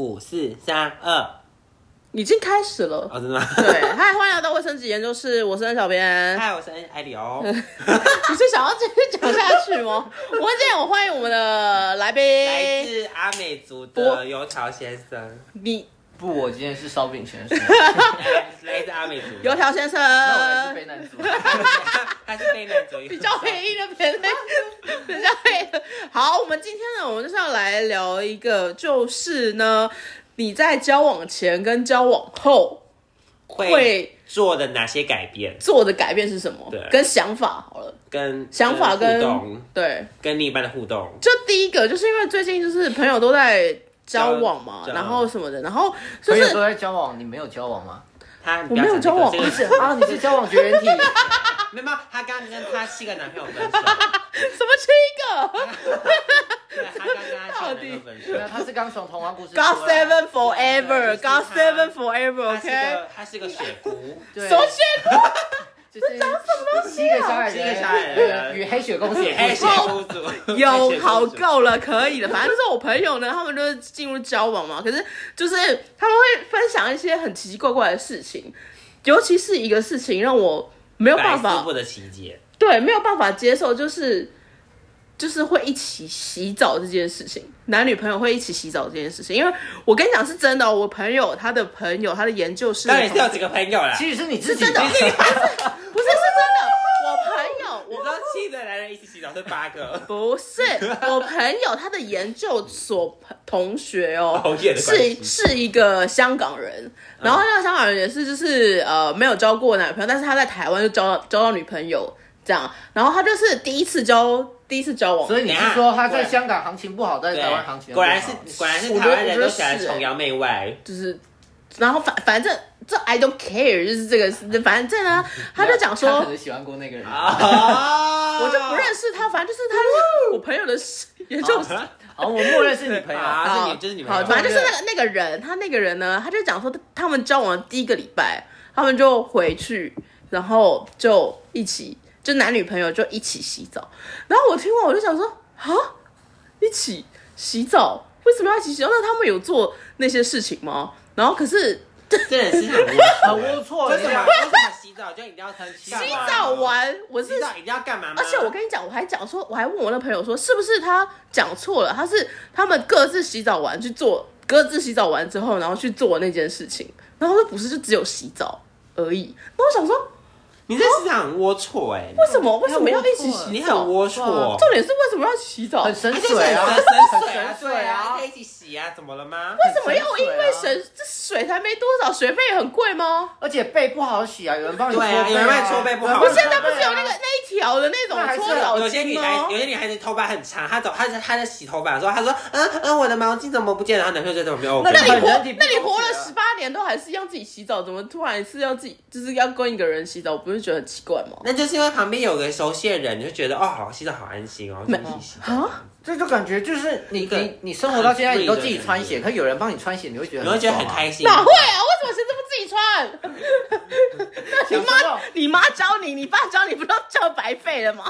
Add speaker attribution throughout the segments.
Speaker 1: 五四三二，
Speaker 2: 已经开始了。
Speaker 1: 哦，真的吗？
Speaker 2: 对，嗨，欢迎来到卫生纸研究室，我是任小编。
Speaker 1: 嗨，我是艾哦里 欧。
Speaker 2: 啊你是想要继续讲下去 吗？我们今天我欢迎我们的
Speaker 1: 来
Speaker 2: 来宾，
Speaker 1: 自阿美族的油条先生，
Speaker 2: 你
Speaker 3: 不，我今天是烧饼先生，
Speaker 1: 来来自阿美族的，
Speaker 2: 油条先生，
Speaker 3: 那我还是被难族。
Speaker 1: 他是被男主
Speaker 2: 比较黑一的偏黑， 比较黑的。好，我们今天呢，我们就是要来聊一个，就是呢，你在交往前跟交往后
Speaker 1: 会
Speaker 2: 会
Speaker 1: 做的哪些改变，
Speaker 2: 做的改变是什么
Speaker 1: 对？
Speaker 2: 跟想法好了，
Speaker 1: 跟
Speaker 2: 想法跟
Speaker 1: 互动，
Speaker 2: 对，
Speaker 1: 跟另一半的互动，
Speaker 2: 就第一个，就是因为最近就是朋友都在交往嘛，
Speaker 1: 交
Speaker 2: 然后什么的，然后就
Speaker 3: 朋友
Speaker 2: 是
Speaker 3: 都在交往，你没有交往吗？
Speaker 1: 他我
Speaker 2: 我没有交往
Speaker 1: 这个是
Speaker 3: 啊，你是交往绝缘体，
Speaker 1: 没有，没有他刚跟他七个男朋友分手，
Speaker 2: 什么七个
Speaker 1: 对，他刚跟他七个男朋友分手
Speaker 3: 没有，。啊他是刚从童话故事出来。
Speaker 2: God Seven
Speaker 1: 对
Speaker 2: Forever
Speaker 1: 就是他
Speaker 2: God Seven
Speaker 1: 他是
Speaker 2: Forever，OK，、
Speaker 1: 个他是个雪 姑，
Speaker 3: 对，
Speaker 2: 首先
Speaker 3: 就是七
Speaker 2: 啊
Speaker 3: 个小矮人，
Speaker 1: 七个小矮人
Speaker 3: 与黑雪公主，
Speaker 1: 哎，雪姑族
Speaker 2: 有
Speaker 1: 高。
Speaker 2: 好够了，可以了。反正就是我朋友呢，他们就是进入交往嘛，可是就是他们会分享一些很奇奇怪怪的事情，尤其是一个事情让我没有
Speaker 1: 百
Speaker 2: 办
Speaker 1: 思
Speaker 2: 法
Speaker 1: 不得其解。
Speaker 2: 对，没有办法接受，就是就是会一起洗澡这件事情，男女朋友会一起洗澡这件事情，因为我跟你讲是真的哦、我朋友他的朋友他的研究室
Speaker 1: 到
Speaker 2: 的
Speaker 1: 底
Speaker 2: 同
Speaker 1: 是有几个朋友啦？
Speaker 3: 其实是你自己
Speaker 2: 真的不是是真的，我朋友
Speaker 1: 我
Speaker 2: 我
Speaker 1: 知。道七个男人一起洗澡是八个，
Speaker 2: 不是我朋友，他的研究所同学哦
Speaker 1: 好远，的关
Speaker 2: 是
Speaker 1: 系
Speaker 2: 是一个香港人，然后那个香港人也是就是呃没有交过男朋友，但是他在台湾就交到交到女朋友这样，然后他就是第一次交第一次交往，
Speaker 3: 所以你是说他在香港行情不好，在台湾行情
Speaker 1: 对，
Speaker 3: 很
Speaker 1: 果然
Speaker 3: 不
Speaker 1: 是
Speaker 3: 好
Speaker 1: 果然是
Speaker 2: 我
Speaker 1: 台
Speaker 2: 觉得
Speaker 1: 湾人都喜欢崇洋媚外，
Speaker 2: 就是，然后反反正这 I don't care，就是这个反正呢，他就讲
Speaker 3: 嗯他
Speaker 2: 说
Speaker 3: 可能喜欢过那个人。
Speaker 1: 哦，
Speaker 2: 我就不认识他，反正就是他是我朋友的事，也就是
Speaker 3: 哦，我默认是你朋 友。
Speaker 1: 啊
Speaker 2: 好，
Speaker 1: 是你就是你朋友
Speaker 2: 好，反正就是那个那个人，他那个人呢，他就讲说，他们交往的第一个礼拜，他们就回去，然后就一起，就男女朋友就一起洗澡。然后我听完我就想说，啊，一起洗澡，为什么要一起洗澡？那他们有做那些事情吗？然后可是
Speaker 1: 真的是很
Speaker 3: 很
Speaker 1: 龌
Speaker 3: 龌
Speaker 1: 龊。
Speaker 3: 龊，
Speaker 1: 为什
Speaker 3: 这
Speaker 1: 么
Speaker 3: 样
Speaker 1: 为什么洗澡就一定要穿洗
Speaker 2: 洗澡完，我是
Speaker 1: 洗澡一定要干嘛吗？
Speaker 2: 而且我跟你讲，我还讲说，我还问我那朋友说，是不是他讲错了？他是他们各自洗澡完去做，各自洗澡完之后，然后去做那件事情。然后他说不是，就只有洗澡而已。那我想说，
Speaker 1: 你这市场很龌龊哎，
Speaker 2: 为什么
Speaker 3: 嗯
Speaker 2: 为什么要一起
Speaker 1: 你
Speaker 2: 洗
Speaker 1: 很
Speaker 2: 澡？
Speaker 1: 龌龊，
Speaker 2: 重点是为什么要洗澡？
Speaker 3: 很
Speaker 2: 为
Speaker 3: 神
Speaker 1: 他就是
Speaker 3: 水
Speaker 1: 很
Speaker 3: 啊，
Speaker 1: 神神水啊，
Speaker 3: 很
Speaker 1: 对啊，可以
Speaker 3: 为
Speaker 1: 一起洗啊，怎么了吗？
Speaker 2: 什么要因
Speaker 3: 啊
Speaker 2: 为水这水才没多少，学费很贵吗？
Speaker 3: 而且背不好洗啊，有人帮你
Speaker 1: 对啊有人帮你搓
Speaker 3: 搓
Speaker 1: 背
Speaker 3: 背
Speaker 1: 不好
Speaker 2: 我
Speaker 1: 不
Speaker 2: 现在不是有那个
Speaker 3: 个。
Speaker 2: 那一条的那种
Speaker 3: 啊那还是
Speaker 2: 搓澡
Speaker 1: 有些女
Speaker 2: 巾
Speaker 1: 孩
Speaker 2: 吗
Speaker 1: 子，有？些女孩子头发很长，她走，她在她在洗头发的时候，她说，嗯嗯，我的毛巾怎么不见了？她男朋友就在旁边哦，
Speaker 3: 那
Speaker 2: 那
Speaker 3: 那
Speaker 2: 你活
Speaker 3: 很人体不
Speaker 2: 那你
Speaker 3: 工
Speaker 2: 活了
Speaker 3: 学啊
Speaker 2: 十八年都还是要自己洗澡，怎么突然是要自己就是要跟一个人洗澡，不是觉得很奇怪吗？
Speaker 1: 那就是因为旁边有个熟悉的人，你就觉得哦，好洗澡好安心哦，就一起洗澡。
Speaker 2: 啊
Speaker 3: 这就感觉就是你
Speaker 1: 一个
Speaker 3: 你你生活到现在，
Speaker 1: 很
Speaker 3: 你都
Speaker 1: free 的
Speaker 3: 自己穿鞋，
Speaker 1: 感
Speaker 3: 可有人帮你穿鞋，你会觉得
Speaker 1: 你会觉得很
Speaker 3: 爽啊
Speaker 1: 开心，
Speaker 2: 哪会啊？为什么鞋子不自己穿？
Speaker 3: 享受那种
Speaker 2: 你妈教你，你爸教你，不都教白费了吗？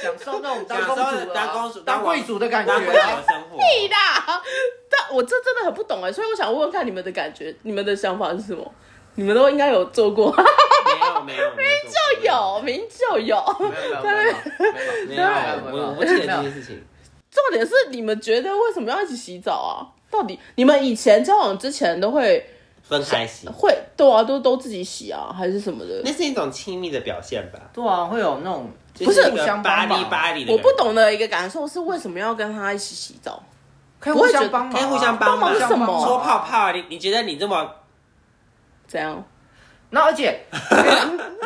Speaker 3: 享受那种当
Speaker 1: 享受
Speaker 3: 公主啊、
Speaker 1: 当公主
Speaker 3: 当贵族的感觉
Speaker 1: 当贵族
Speaker 3: 啊
Speaker 1: 的。生活。
Speaker 2: 屁啊啦！ 但我这真的很不懂哎，所以我想问问看你们的感觉，你们的想法是什么？你们都应该有做过，
Speaker 1: 没有没有，明
Speaker 2: 就 有，明就有。
Speaker 3: 没有没有没有没有
Speaker 1: 没
Speaker 3: 没
Speaker 1: 有，
Speaker 3: 有
Speaker 1: 我我不记得这件事情。
Speaker 2: 重点是你们觉得为什么要一起洗澡啊？到底你们以前交往之前都会
Speaker 1: 分开洗，
Speaker 2: 会对啊，都都自己洗啊，还是什么的？
Speaker 1: 那是一种亲密的表现吧？
Speaker 3: 对啊，会有那种
Speaker 1: 就
Speaker 2: 不是
Speaker 1: 一个巴黎巴黎的，
Speaker 2: 我不，懂的一个感受是为什么要跟他一起洗澡？
Speaker 3: 可以
Speaker 2: 我
Speaker 3: 互
Speaker 2: 会觉得
Speaker 3: 相帮忙
Speaker 1: 可
Speaker 3: 啊，
Speaker 1: 以互相帮忙
Speaker 2: 帮忙什么
Speaker 1: 搓泡泡，啊你你觉得你这么
Speaker 2: 怎样？
Speaker 3: 那而且，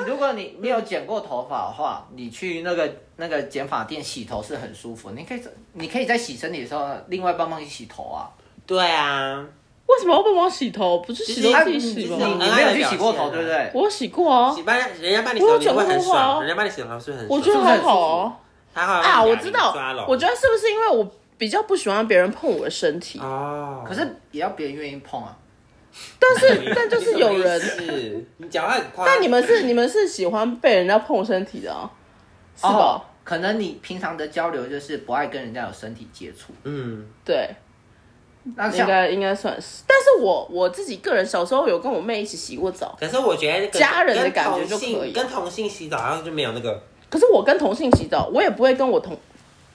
Speaker 3: 如果你你有剪过头发的话，你去那个那个剪发店洗头是很舒服。你可以你可以在洗身体的时候，另外帮忙你洗头啊。
Speaker 1: 对啊？
Speaker 2: 为什么要帮忙洗头？不是洗
Speaker 1: 就是
Speaker 2: 头
Speaker 1: 啊
Speaker 2: 自己洗
Speaker 1: 就
Speaker 3: 你
Speaker 1: 是
Speaker 3: 你
Speaker 2: 吗？
Speaker 3: 没有去洗过头，对不对？
Speaker 2: 我有洗过啊
Speaker 1: 洗，班人家帮你洗头，
Speaker 2: 我
Speaker 1: 你
Speaker 2: 有
Speaker 1: 会很
Speaker 2: 剪头发啊
Speaker 1: 爽，人家帮你洗头是不是很爽？
Speaker 2: 我觉得还好啊。
Speaker 1: 还好
Speaker 2: 啊，我知
Speaker 1: 抓
Speaker 2: 道
Speaker 1: 拢，
Speaker 2: 我觉得是不是因为我比较不喜欢别人碰我的身体？
Speaker 1: 哦，
Speaker 3: 可是也要别人愿意碰啊。
Speaker 2: 但是但就是有人，
Speaker 1: 是，你讲话很快。
Speaker 2: 但你们是你们是喜欢被人家碰身体的啊，是
Speaker 3: 哦
Speaker 2: 吧？
Speaker 3: 可能你平常的交流就是不爱跟人家有身体接触，
Speaker 1: 嗯，
Speaker 2: 对，
Speaker 3: 那
Speaker 2: 应
Speaker 3: 像
Speaker 2: 该应该算是。但是我我自己个人小时候有跟我妹一起洗过澡，
Speaker 1: 可是我觉得跟
Speaker 2: 家人的感觉就
Speaker 1: 跟同性
Speaker 2: 可以
Speaker 1: 跟同性洗澡好像就没有那个，
Speaker 2: 可是我跟同性洗澡，我也不会跟我同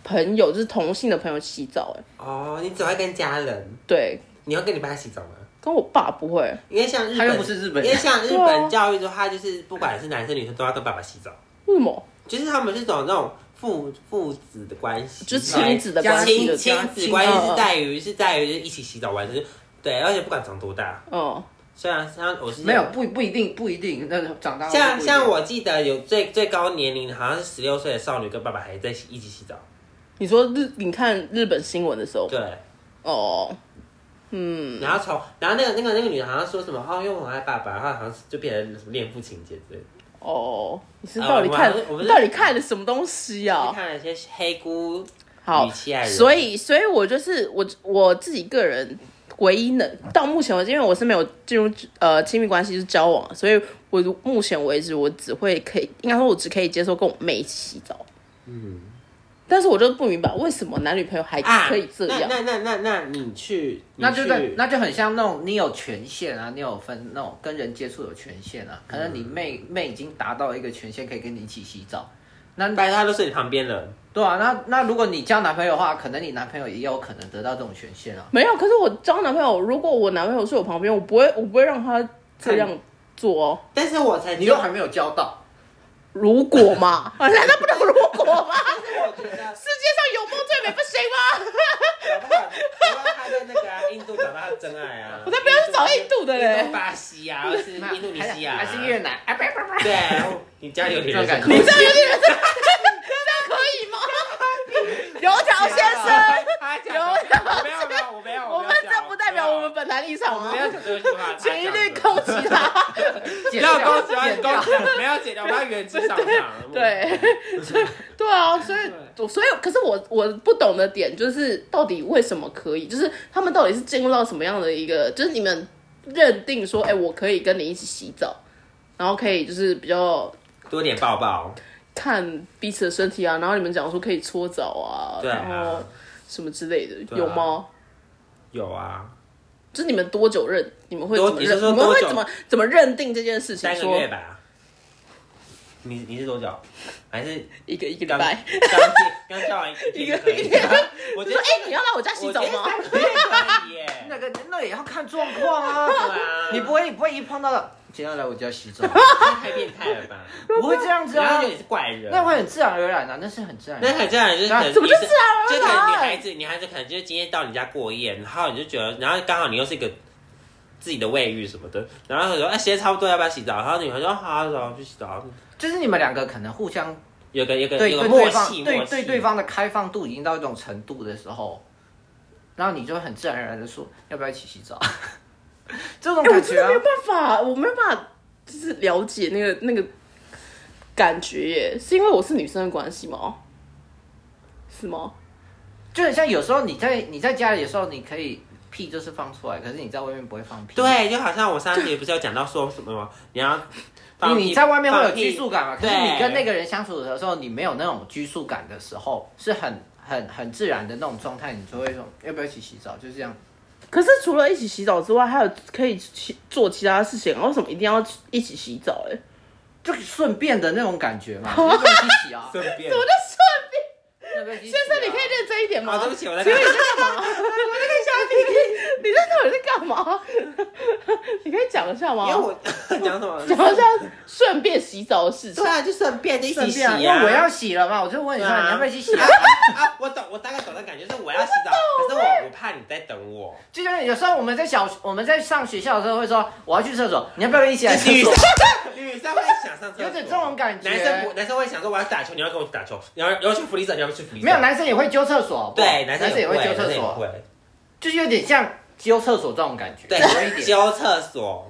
Speaker 2: 朋友，就是同性的朋友洗澡、哎，
Speaker 1: 哦，你只会跟家人，
Speaker 2: 对，
Speaker 1: 你要跟你爸洗澡吗？
Speaker 2: 跟我爸不会。
Speaker 1: 因为像日本，
Speaker 3: 他又不是日本
Speaker 1: 因
Speaker 3: 人
Speaker 1: 为像日
Speaker 2: 对啊
Speaker 1: 本教育的话，就是不管是男生女生都要跟爸爸洗澡，
Speaker 2: 为什么？
Speaker 1: 就是他们是走那种父父子的关系，
Speaker 2: 就是亲子的
Speaker 1: 然后
Speaker 2: 关系的
Speaker 1: 亲亲
Speaker 2: 亲
Speaker 1: 子关系
Speaker 2: 嗯
Speaker 1: 是在于是在于就是一起洗澡完就是对，而且不管长多大，
Speaker 2: 嗯，
Speaker 1: 虽然像我是
Speaker 3: 没有不不一定不一定，那长
Speaker 2: 啊
Speaker 3: 大后就
Speaker 1: 像
Speaker 3: 不一定
Speaker 1: 像我记得有最最高年龄的好像是十六岁的少女跟爸爸还在洗一起洗澡，
Speaker 2: 你说日，你看日本新闻的时候，
Speaker 1: 对，
Speaker 2: 哦，嗯，
Speaker 1: 然后从然后那个那个那个女的好像说什么哦，因为我很爱爸爸，然后好像是就变成什么恋父情节之类的。
Speaker 2: 哦，你是
Speaker 1: 啊
Speaker 2: 到底
Speaker 1: 我
Speaker 2: 看，
Speaker 1: 我不
Speaker 2: 你
Speaker 1: 是
Speaker 2: 到底看了什么东西呀、
Speaker 1: 就看了一些黑姑，
Speaker 2: 好
Speaker 1: 语气爱，人
Speaker 2: 所以所以我就是我我自己个人唯一能到目前为止，因为我是没有进入呃亲密关系是交往，所以我目前为止我只会可以，应该说我只可以接受跟我妹一起洗澡。
Speaker 1: 嗯
Speaker 2: 但是我就不明白为什么男女朋友还
Speaker 1: 啊，
Speaker 2: 可以这样，
Speaker 1: 那那那那那你去，
Speaker 3: 那就
Speaker 1: 对
Speaker 3: 是，那就很像那种你有权限啊，你有分那种跟人接触有权限啊，可能你妹、妹已经达到一个权限，可以跟你一起洗澡。那
Speaker 1: 白他都是你旁边人，
Speaker 3: 对啊，那那如果你交男朋友的话，可能你男朋友也有可能得到这种权限啊。
Speaker 2: 没有。可是我交男朋友，如果我男朋友睡我旁边，我不会我不会让他这样做哦。
Speaker 1: 但是我曾经，
Speaker 3: 你又还没有交到，
Speaker 2: 如果嘛，啊 难道不能如果吗？
Speaker 1: 我觉得，
Speaker 2: 世界上有梦最美，不行吗？
Speaker 1: 搞不好搞不好他在那个啊印度找到他的真爱啊，
Speaker 2: 我才不要去找印度的嘞
Speaker 1: 印度巴西啊，或是印度尼西亚啊，
Speaker 3: 还是越南？啊，不不不，
Speaker 1: 对，你家里有点
Speaker 3: 这种感觉
Speaker 2: 你这样有点 人，这样可以吗？ 油条先生，油条
Speaker 1: 我没有没有，我没有，
Speaker 2: 我们这不代表我们本来立场
Speaker 1: 我
Speaker 2: 啊
Speaker 1: 没，有讲这句话，
Speaker 2: 请一律攻击 他。
Speaker 1: 不
Speaker 3: 剪掉
Speaker 1: 要啊攻击，
Speaker 3: 剪
Speaker 1: 不
Speaker 3: 掉
Speaker 1: 要攻击，不要剪掉，我要原汁上场，
Speaker 2: 对， 对啊，所以所以，可是我我不懂的点就是，到底为什么可以？就是他们到底是进入到什么样的一个？就是你们认定说，哎、我可以跟你一起洗澡，然后可以就是比较
Speaker 1: 多点抱抱，
Speaker 2: 看彼此的身体啊，然后你们讲说可以搓澡啊，
Speaker 1: 对啊
Speaker 2: 然后什么之类的，
Speaker 1: 对啊
Speaker 2: 有吗？
Speaker 1: 有啊，
Speaker 2: 就是你们多久认？你们会怎
Speaker 1: 多
Speaker 2: 么
Speaker 1: 你是
Speaker 2: 认？
Speaker 1: 说
Speaker 2: 你们会
Speaker 1: 多久
Speaker 2: 怎么怎么认定这件事情？
Speaker 1: 三个
Speaker 2: 说
Speaker 1: 月吧。你你是多久？还是
Speaker 2: 一个一个礼
Speaker 1: 刚刚
Speaker 2: 拜。
Speaker 1: 刚刚叫完一
Speaker 2: 一个
Speaker 1: 天
Speaker 2: 一天
Speaker 1: 可以，我
Speaker 2: 你
Speaker 1: 觉
Speaker 2: 说
Speaker 1: 得
Speaker 2: 哎、你要来我家洗
Speaker 1: 我
Speaker 2: 澡
Speaker 1: 觉得
Speaker 2: 吗？
Speaker 1: 三个月可以耶。
Speaker 3: 那个那也要看状况啊，
Speaker 1: 啊
Speaker 3: 你不会你不会一碰到了，今天来我家 洗澡，
Speaker 1: 太变态了吧？
Speaker 3: 不会这样子
Speaker 1: 然
Speaker 3: 啊
Speaker 1: 后，你是怪人，
Speaker 3: 那会很自然而然啊，那是很自然而
Speaker 1: 那
Speaker 3: 然。
Speaker 1: 很自然就是
Speaker 3: 啊
Speaker 1: 可能
Speaker 2: 怎么就
Speaker 1: 你是
Speaker 2: 自然而然
Speaker 1: 就可能女孩子，女孩子可能就是今天到你家过夜，然后你就觉得，然后刚好你又是一个自己的卫浴什么的，然后她说哎，时间差不多要不要洗澡？然后女孩说好啊，走啊去洗澡。
Speaker 3: 就是你们两个可能互相
Speaker 1: 有个有个
Speaker 3: 对
Speaker 1: 有个
Speaker 3: 对
Speaker 1: 默
Speaker 3: 对方
Speaker 1: 契，默
Speaker 3: 对
Speaker 1: 契
Speaker 3: 对对方的开放度已经到一种程度的时候，然后你就很自然而然的说要不要一起洗澡， 这种
Speaker 2: 哎、我
Speaker 3: 感
Speaker 2: 真
Speaker 3: 觉、
Speaker 2: 的
Speaker 3: 啊
Speaker 2: 没有办法，我没有办法，就是了解那个那个感觉耶，是因为我是女生的关系吗？是吗？
Speaker 3: 就很像有时候你在你在家里的时候，你可以屁就是放出来，可是你在外面不会放屁，，
Speaker 1: 对，就好像我上一集不是有讲到说什么吗？你要放屁
Speaker 3: 你在外面会有
Speaker 1: 放屁
Speaker 3: 拘束感嘛，可是
Speaker 1: 对
Speaker 3: 你跟那个人相处的时候，你没有那种拘束感的时候，是很很很自然的那种状态，你就会说要不要一起洗澡，就是这样。
Speaker 2: 可是除了一起洗澡之外，还有可以其做其他事情啊，为什么一定要一起洗澡？哎，
Speaker 3: 就顺便的那种感 觉嘛，要不要一起洗啊？
Speaker 1: 顺便
Speaker 2: 我就顺便。
Speaker 3: 要不要一起洗啊
Speaker 2: 先生，你可以认真一点吗？
Speaker 1: 啊，对不起，我在
Speaker 2: 请
Speaker 1: 看
Speaker 2: 问你在 干嘛？你你在到底在干嘛？ 你可以讲一下吗
Speaker 1: 因为？我讲什么？
Speaker 2: 讲一下顺便洗澡的事情
Speaker 1: 对。啊，就顺便就一起
Speaker 3: 顺
Speaker 1: 洗
Speaker 3: 便啊，因为我要洗了嘛，我就问你说
Speaker 1: 对啊
Speaker 3: 你要不要一起洗啊？
Speaker 1: 啊，我懂，我大概懂那感觉，就是我要洗澡，可是我我怕你在等我。
Speaker 3: 就像有时候我们在小我们在上学校的时候会说我要去厕所，你要不要一 起来厕
Speaker 1: 女
Speaker 3: 所
Speaker 1: 生？女生会想上厕所，
Speaker 3: 有点这种感觉
Speaker 1: 男生不，男生会想说我要打球，你要跟我去打球，你要要去福利社，你要不要去福利社？
Speaker 3: 没有，男生也会揪厕所，
Speaker 1: 对，
Speaker 3: 男
Speaker 1: 男生
Speaker 3: 也会
Speaker 1: 会
Speaker 3: 揪厕
Speaker 1: 男生也
Speaker 3: 所，
Speaker 1: 会
Speaker 3: 就是有点像揪厕所这种感觉，有一
Speaker 1: 对，
Speaker 3: 点。
Speaker 1: 揪厕所，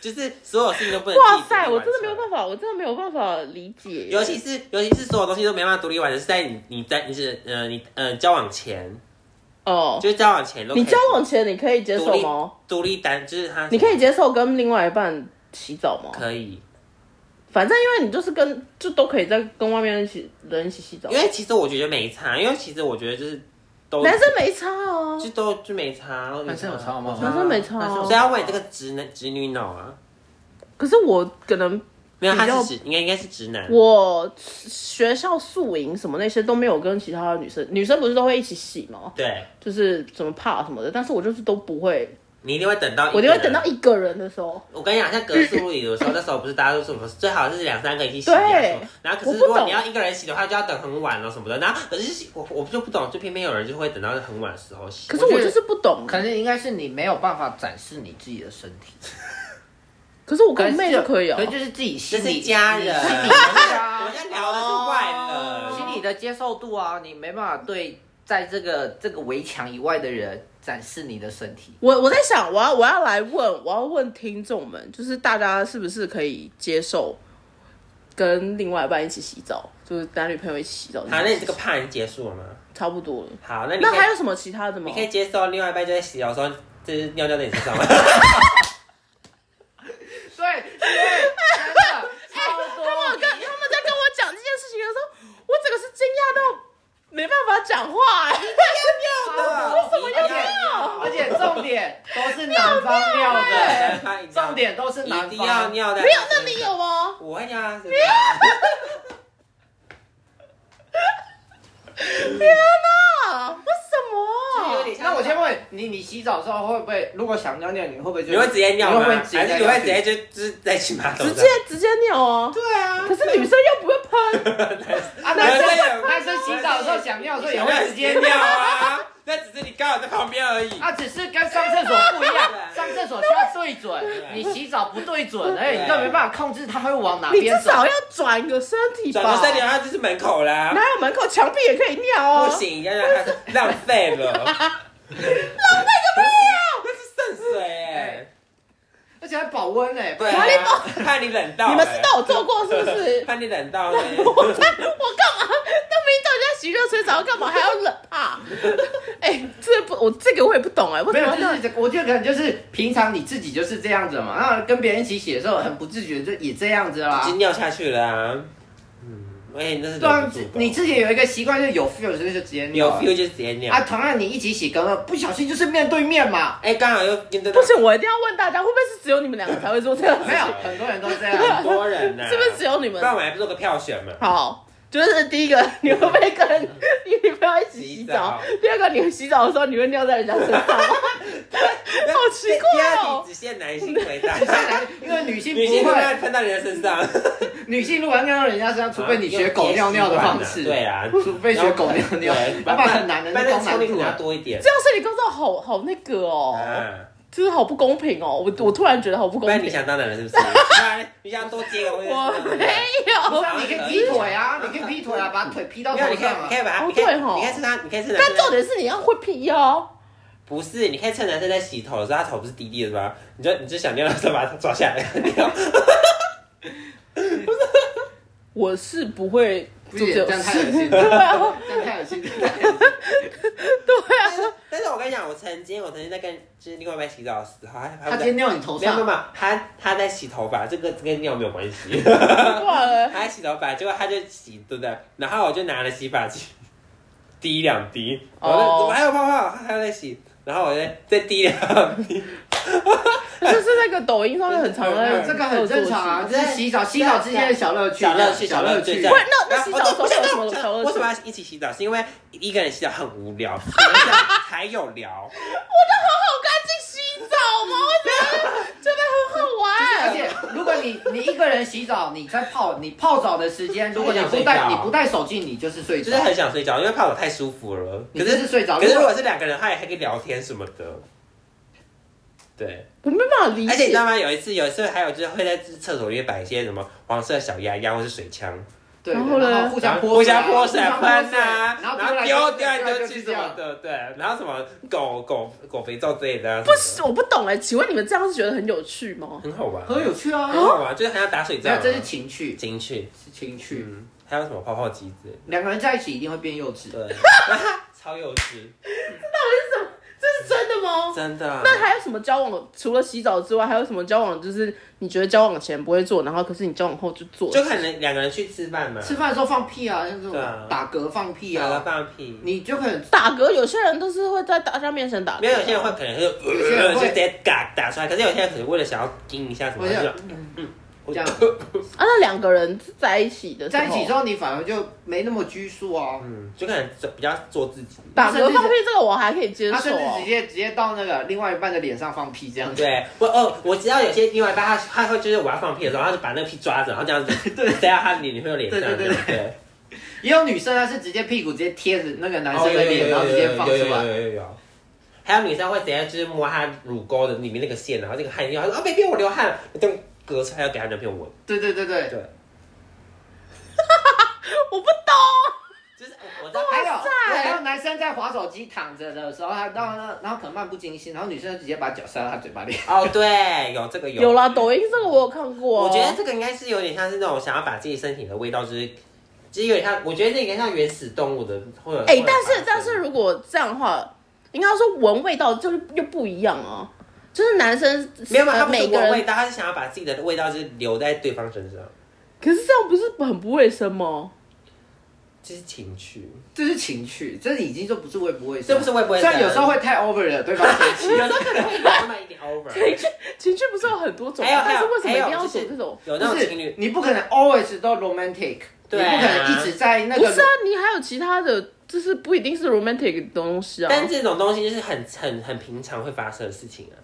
Speaker 1: 就是所有事情都不能。
Speaker 2: 哇塞，我真的没有。办法，我真的没有办法理解。
Speaker 1: 尤其是尤其是所有东西都没办法独立完成，是在你你在你是呃你呃交往前，
Speaker 2: 哦，
Speaker 1: 就是交往前都可以
Speaker 2: 你交往前你可以接受吗？
Speaker 1: 独立单，就是他
Speaker 2: 你可以接受跟另外一半洗澡吗？
Speaker 1: 可以，
Speaker 2: 反正因为你就是跟就都可以在跟外面一起人一起洗澡
Speaker 1: 因。为其实我觉得没差，因为其实我觉得就是都
Speaker 2: 男生没差哦、
Speaker 1: 就都就没差，都没
Speaker 3: 男生有差好吗？
Speaker 2: 男生没差啊
Speaker 3: 男生有
Speaker 1: 所以要为这个直男直女脑啊，
Speaker 2: 可是我可能
Speaker 1: 没有，
Speaker 2: 比较
Speaker 1: 他是直，应该应该是直男。
Speaker 2: 我学校宿营什么那些都没有跟其他的女生，女生不是都会一起洗吗？
Speaker 1: 对，
Speaker 2: 就是什么怕什么的，但是我就是都不会，
Speaker 1: 你一定会等到，
Speaker 2: 我就会等到。一个人的时候。
Speaker 1: 我跟你讲，像格式物理的时候，那时候不是大家都说什么最好是两三个一起洗，啊
Speaker 2: 对
Speaker 1: 然后可
Speaker 2: 我
Speaker 1: 是
Speaker 2: 不
Speaker 1: 如果
Speaker 2: 懂
Speaker 1: 你要一个人洗的话，就要等很晚了什么的。然后可是我我就不懂，就偏偏有人就会等到很晚的时候洗。
Speaker 2: 可是我就是不懂，
Speaker 3: 可能应该是你没有办法展示你自己的身体，
Speaker 2: 可是我跟妹就可以啊
Speaker 3: 可。能哦就是自己
Speaker 1: 这
Speaker 3: 心
Speaker 1: 是
Speaker 3: 里
Speaker 1: 家人，
Speaker 3: 心 里
Speaker 1: 我们在聊的是外人，
Speaker 3: 心
Speaker 2: 哦
Speaker 3: 理的接受度啊，你没办法对在这个这个围墙以外的人展示你的身体。
Speaker 2: 我我在想，我要我要来问，我要问听众们，就是大家是不是可以接受跟另外一半一起洗澡，就是男女朋友一起洗澡？
Speaker 1: 好，那你这个怕已经结束了吗？
Speaker 2: 差不多了。
Speaker 1: 好，那你
Speaker 2: 那
Speaker 1: 可以
Speaker 2: 还有什么其他的吗
Speaker 1: 你可？以接受另外一半就在洗澡的时候，就是尿尿在你身 上吗？
Speaker 3: 对对，真的超多。
Speaker 2: 我跟他们在跟我讲这件事情的时候，我整个是惊讶到没办法讲话、
Speaker 1: 为
Speaker 2: 哎什么要
Speaker 1: 尿
Speaker 3: 而且重点都是男方尿欸的，重点都是
Speaker 1: 哎一
Speaker 3: 男
Speaker 1: 定要
Speaker 3: 方。
Speaker 1: 尿的。
Speaker 2: 没有，那你有哦吗？
Speaker 1: 我会尿啊，是不是？
Speaker 2: 啊，为什么啊、
Speaker 3: 那我先问你，你洗澡的时候会不会，如果想尿尿，你会不会就
Speaker 1: 你会直接尿
Speaker 3: 你
Speaker 1: 吗？
Speaker 3: 会不会
Speaker 1: 还
Speaker 3: 直接
Speaker 1: 是你会直接就就是在洗马桶
Speaker 2: 直
Speaker 1: 上？
Speaker 2: 接直接尿啊！
Speaker 1: 对啊。
Speaker 2: 可是女生又不会喷，
Speaker 3: 啊？男生男生洗澡的时候想尿的时候也会直接尿
Speaker 1: 尿啊，那只是你刚好在旁边而已。
Speaker 3: 啊，只是跟上厕所不一样，上厕所需要对准，你洗澡不对准，哎，你更没办法控制它会往哪
Speaker 2: 你至
Speaker 3: 边走。
Speaker 2: 少要转个身体
Speaker 1: 转
Speaker 2: 吧
Speaker 1: 头。三点，它就是门口啦。
Speaker 2: 哪有门口墙壁也可以尿啊？
Speaker 1: 啊不行，要让它浪费了。浪费个屁啊！那是圣水哎。
Speaker 3: 而且还保温呢、
Speaker 1: 对
Speaker 2: 哪里
Speaker 1: 啊，怕你冷到。？
Speaker 2: 你们知道我做过是不是
Speaker 1: 怕你冷到欸呢。
Speaker 2: 我干我干嘛？都没叫人家洗热水澡，干嘛还要冷啊？ 哎、这不我这个我也不懂哎、为
Speaker 3: 没
Speaker 2: 什
Speaker 3: 有，
Speaker 2: 么
Speaker 3: 就
Speaker 2: 要
Speaker 3: 是这个我觉得可能就是平常你自己就是这样子嘛，然后跟别人一起洗的时候，很不自觉就也这样子啦
Speaker 1: 已。经尿下去了啊。嗯，哎、那是
Speaker 3: 对啊
Speaker 1: 忍不住，吧
Speaker 3: 你自己有一个习惯，就是有 feel 的时候就直接
Speaker 1: 有
Speaker 3: 尿了
Speaker 1: feel 就直接尿。
Speaker 3: 啊。同样你一起洗，刚刚不小心就是面对面嘛，
Speaker 1: 哎、刚好又跟着
Speaker 2: 不行，我一定要问大家，会不会是只有你们两个才会做这样？
Speaker 3: 没有，很多人都这
Speaker 1: 很
Speaker 3: 样。
Speaker 1: 多人啊
Speaker 3: 啊
Speaker 1: 呢、
Speaker 2: 是不是只有你
Speaker 1: 不
Speaker 2: 们？
Speaker 1: 然我们还做个票选嘛？
Speaker 2: 好，就是第一个，你会不会跟你女朋友一起洗澡
Speaker 1: 洗？
Speaker 2: 第二个，你洗澡的时候你会尿在人家身上 吗？好奇怪
Speaker 1: 第二
Speaker 2: 哦
Speaker 1: 题只限男性回答，
Speaker 3: 因为女性
Speaker 1: 女性
Speaker 3: 不
Speaker 1: 会不
Speaker 3: 会，
Speaker 1: 会喷到人家身上？
Speaker 3: 女性如果要尿到人家身上，除非你学狗尿尿的方式，
Speaker 1: 对，啊，
Speaker 3: 除非学狗尿尿，
Speaker 1: 对，
Speaker 3: 要不然 很难的，
Speaker 1: 把那
Speaker 3: 那
Speaker 1: 个
Speaker 3: 种
Speaker 1: 抽
Speaker 3: 难
Speaker 1: 力
Speaker 3: 度
Speaker 1: 要
Speaker 3: 啊。
Speaker 1: 多一点。
Speaker 2: 这样是你工作好好那个哦，
Speaker 1: 啊，
Speaker 2: 就是好不公平哦。我我突然觉得好不
Speaker 1: 不
Speaker 2: 公
Speaker 1: 然你
Speaker 2: 平。
Speaker 1: 想当男人是 不是？不然你想多接个东西。
Speaker 2: 我没
Speaker 3: 不
Speaker 2: 有
Speaker 3: 是，啊，你可以劈腿啊，你可以劈腿啊，把腿劈到
Speaker 1: 哦没有，
Speaker 3: 头
Speaker 1: 你可以
Speaker 3: 上，啊
Speaker 1: 你可。以把它，
Speaker 2: 哦
Speaker 1: 你可以，
Speaker 2: 对吼
Speaker 1: 你可以趁他，你可以趁男
Speaker 2: 但
Speaker 1: 生
Speaker 2: 重点是你要会屁哦。
Speaker 1: 不是，你可以趁男生在洗头的时候，他头不是低低的吗？你就你就想尿的时候把他抓下来，你要
Speaker 2: 我是不会
Speaker 3: 不
Speaker 2: 做
Speaker 3: 行，
Speaker 2: 这
Speaker 3: 这
Speaker 2: 种
Speaker 3: 样太恶
Speaker 2: 事。
Speaker 3: 心了， 这样太恶心了。啊
Speaker 1: 但是但是我跟你讲，我曾经我曾经在跟就是另外一半洗澡的时候，他他
Speaker 3: 他今
Speaker 1: 在
Speaker 3: 天尿你头
Speaker 1: 没有没有
Speaker 3: 上，
Speaker 1: 没有，他他在洗头发，这个跟尿没有关 系。
Speaker 2: 挂了，
Speaker 1: 他在洗头发，结果他就洗，对不对？然后我就拿了洗发精，滴两滴，然后
Speaker 2: 哦
Speaker 1: 就怎么还有泡泡？他还在洗，然后我再再滴两 滴，
Speaker 2: 就是那个抖音上面很常在
Speaker 3: 这个很正常啊，
Speaker 1: 我
Speaker 3: 这
Speaker 1: 在
Speaker 3: 是洗澡洗澡之间的小乐趣，啊
Speaker 1: 小乐趣
Speaker 3: 小
Speaker 1: 小
Speaker 3: 乐
Speaker 1: 乐
Speaker 3: 趣
Speaker 1: 趣。
Speaker 2: 不是那那洗澡的时候
Speaker 1: 我想
Speaker 2: 有什么小乐
Speaker 1: 为什
Speaker 2: 趣
Speaker 1: 么？要一起洗澡？是因为一个人洗澡很无聊，两 个人才有聊。
Speaker 2: 好干净洗澡吗？我觉得真的很好
Speaker 3: 而
Speaker 2: 玩。
Speaker 3: 且，如果你你一个人洗澡，你在泡你泡澡的时间，如果你不
Speaker 1: 睡
Speaker 3: 带
Speaker 1: 觉
Speaker 3: 你不带手机，你就是睡
Speaker 1: 就
Speaker 3: 着
Speaker 1: 是，很想睡觉，因为泡澡太舒服了。
Speaker 3: 你
Speaker 1: 可
Speaker 3: 就是
Speaker 1: 是
Speaker 3: 睡着。
Speaker 1: 可
Speaker 3: 如
Speaker 1: 是如
Speaker 3: 果
Speaker 1: 果是两个人，他也还可以聊天什么的。对，
Speaker 2: 我没办法理
Speaker 1: 而且你知
Speaker 2: 解
Speaker 1: 道，吗？有一次，有一次还有就是会在厕所里面摆一些什么黄色小鸭鸭或是水枪，
Speaker 3: 对，
Speaker 2: 然后呢
Speaker 3: 然后互相泼
Speaker 1: 互
Speaker 3: 水啊
Speaker 1: 相泼水
Speaker 3: 互相
Speaker 1: 喷
Speaker 3: 泼水
Speaker 1: 啊，
Speaker 3: 然后
Speaker 1: 然后
Speaker 3: 丢
Speaker 1: 丢
Speaker 3: 来
Speaker 1: 掉
Speaker 3: 丢
Speaker 1: 丢
Speaker 3: 去
Speaker 1: 去
Speaker 3: 这
Speaker 1: 什
Speaker 3: 样
Speaker 1: 么。的，对，然后什么狗狗狗肥皂之类的啊，
Speaker 2: 不
Speaker 1: 什
Speaker 2: 是，我不懂哎。请问你们这样是觉得很有趣吗
Speaker 1: 么？的很好玩，
Speaker 3: 很有趣啊，
Speaker 1: 很好玩，就是还要打水
Speaker 3: 没
Speaker 1: 仗
Speaker 3: 有，
Speaker 1: 啊，
Speaker 3: 这是情趣，
Speaker 1: 进去，
Speaker 3: 是情趣。
Speaker 1: 嗯，还有什么泡泡机之类的，啊
Speaker 3: 两个人在一起一定会变幼稚。
Speaker 1: 对，超幼稚，
Speaker 2: 这是真的
Speaker 3: 哦
Speaker 2: 吗？
Speaker 1: 真的。
Speaker 2: 那还有什么交往？除了洗澡之外，还有什么交往？就是你觉得交往前不会做，然后可是你交往后就做了，
Speaker 1: 就可能两个人去吃饭嘛，
Speaker 3: 吃饭的时候放屁啊，像这种
Speaker 1: 对啊
Speaker 3: 打嗝放屁
Speaker 1: 两个
Speaker 3: 啊，
Speaker 1: 放屁。
Speaker 3: 你就可以
Speaker 2: 打嗝。有些人都是会在大家面前打嗝，
Speaker 1: 没有，有些人会可能就
Speaker 3: 些人
Speaker 1: 就
Speaker 3: 会
Speaker 1: 直接打打出来，可是有些人可能为了想要盯一下什么，
Speaker 3: 我
Speaker 1: 就嗯
Speaker 3: 想
Speaker 1: 是
Speaker 3: 这样
Speaker 2: 啊，那两个人在一起的时候
Speaker 3: 在一起之后，你反而就没那么拘束啊。
Speaker 1: 嗯，就可能比较做自己。
Speaker 2: 打嗝放屁这个我还可以接
Speaker 3: 啊他甚
Speaker 2: 受、
Speaker 3: 至
Speaker 2: 哦
Speaker 3: 直，接直接到那个另外一半的脸上放屁这样子，
Speaker 1: 对，我哦，我知道有些另外一半他他会就是我要放屁的时候，他就把那个屁抓着，然后这样子对塞到他女女朋友脸上，
Speaker 3: 对对
Speaker 1: 对
Speaker 3: 对
Speaker 1: 不对，
Speaker 3: 也有女生她是直接屁股直接贴着那个男
Speaker 1: 然
Speaker 3: 生
Speaker 1: 后
Speaker 3: 的脸，然后直接放出
Speaker 1: 哦有
Speaker 3: 来。
Speaker 1: 有有有。还有女生会直接就是摸她乳沟的里面那个线，然后那个汗液，她说啊，baby 我流汗了，等隔出来要给她男朋友闻，
Speaker 3: 对对对对，
Speaker 1: 对，
Speaker 2: 我不懂，
Speaker 1: 就是我我知道
Speaker 3: 还有
Speaker 2: 塞
Speaker 3: 还有男生在划手机躺着的时候，他然后呢然后可能漫不经心，然后女生就直接把脚塞到他嘴巴里。
Speaker 1: 哦，对，有这个
Speaker 2: 有啦，抖音这个我有看过、啊
Speaker 1: 我觉得这个应该是有点像是那种想要把自己身体的味道，就是其实有点像，我觉得这应该像原始动物的会有。
Speaker 2: 哎、
Speaker 1: 会有
Speaker 2: 但
Speaker 1: 发
Speaker 2: 是
Speaker 1: 生
Speaker 2: 但是如果这样的话，应该说闻味道就是又不一样啊，就是男生
Speaker 1: 没有嘛，
Speaker 2: 呃
Speaker 1: 他不是
Speaker 2: 每个
Speaker 1: 闻味
Speaker 2: 人，
Speaker 1: 道，他是想要把自己的味道就是留在对方身上，
Speaker 2: 可是这样不是很不卫生吗？
Speaker 1: 这是情趣，
Speaker 3: 这是情趣，这已经就不是卫不卫生，
Speaker 1: 这不是卫不卫生
Speaker 3: 虽然有时候会太 over 了，对吧？
Speaker 1: 有时候可能会那么一点 over。
Speaker 2: 情 趣情趣不是有很多种吗，
Speaker 1: 还有还
Speaker 2: 但是
Speaker 1: 有
Speaker 2: 为什么一定
Speaker 1: 还
Speaker 2: 要
Speaker 1: 有
Speaker 2: 走
Speaker 1: 就是
Speaker 2: 这种？
Speaker 1: 有那
Speaker 3: 不
Speaker 1: 种
Speaker 3: 是
Speaker 1: 情侣，
Speaker 3: 你不可能 always 都 romantic，
Speaker 1: 对啊
Speaker 3: 你不可能一直在那
Speaker 2: 不
Speaker 3: 个
Speaker 2: 是啊，你还有其他的，就是不一定是 romantic 的东西啊。
Speaker 1: 但这种东西就是很很很平常会发生的事情啊，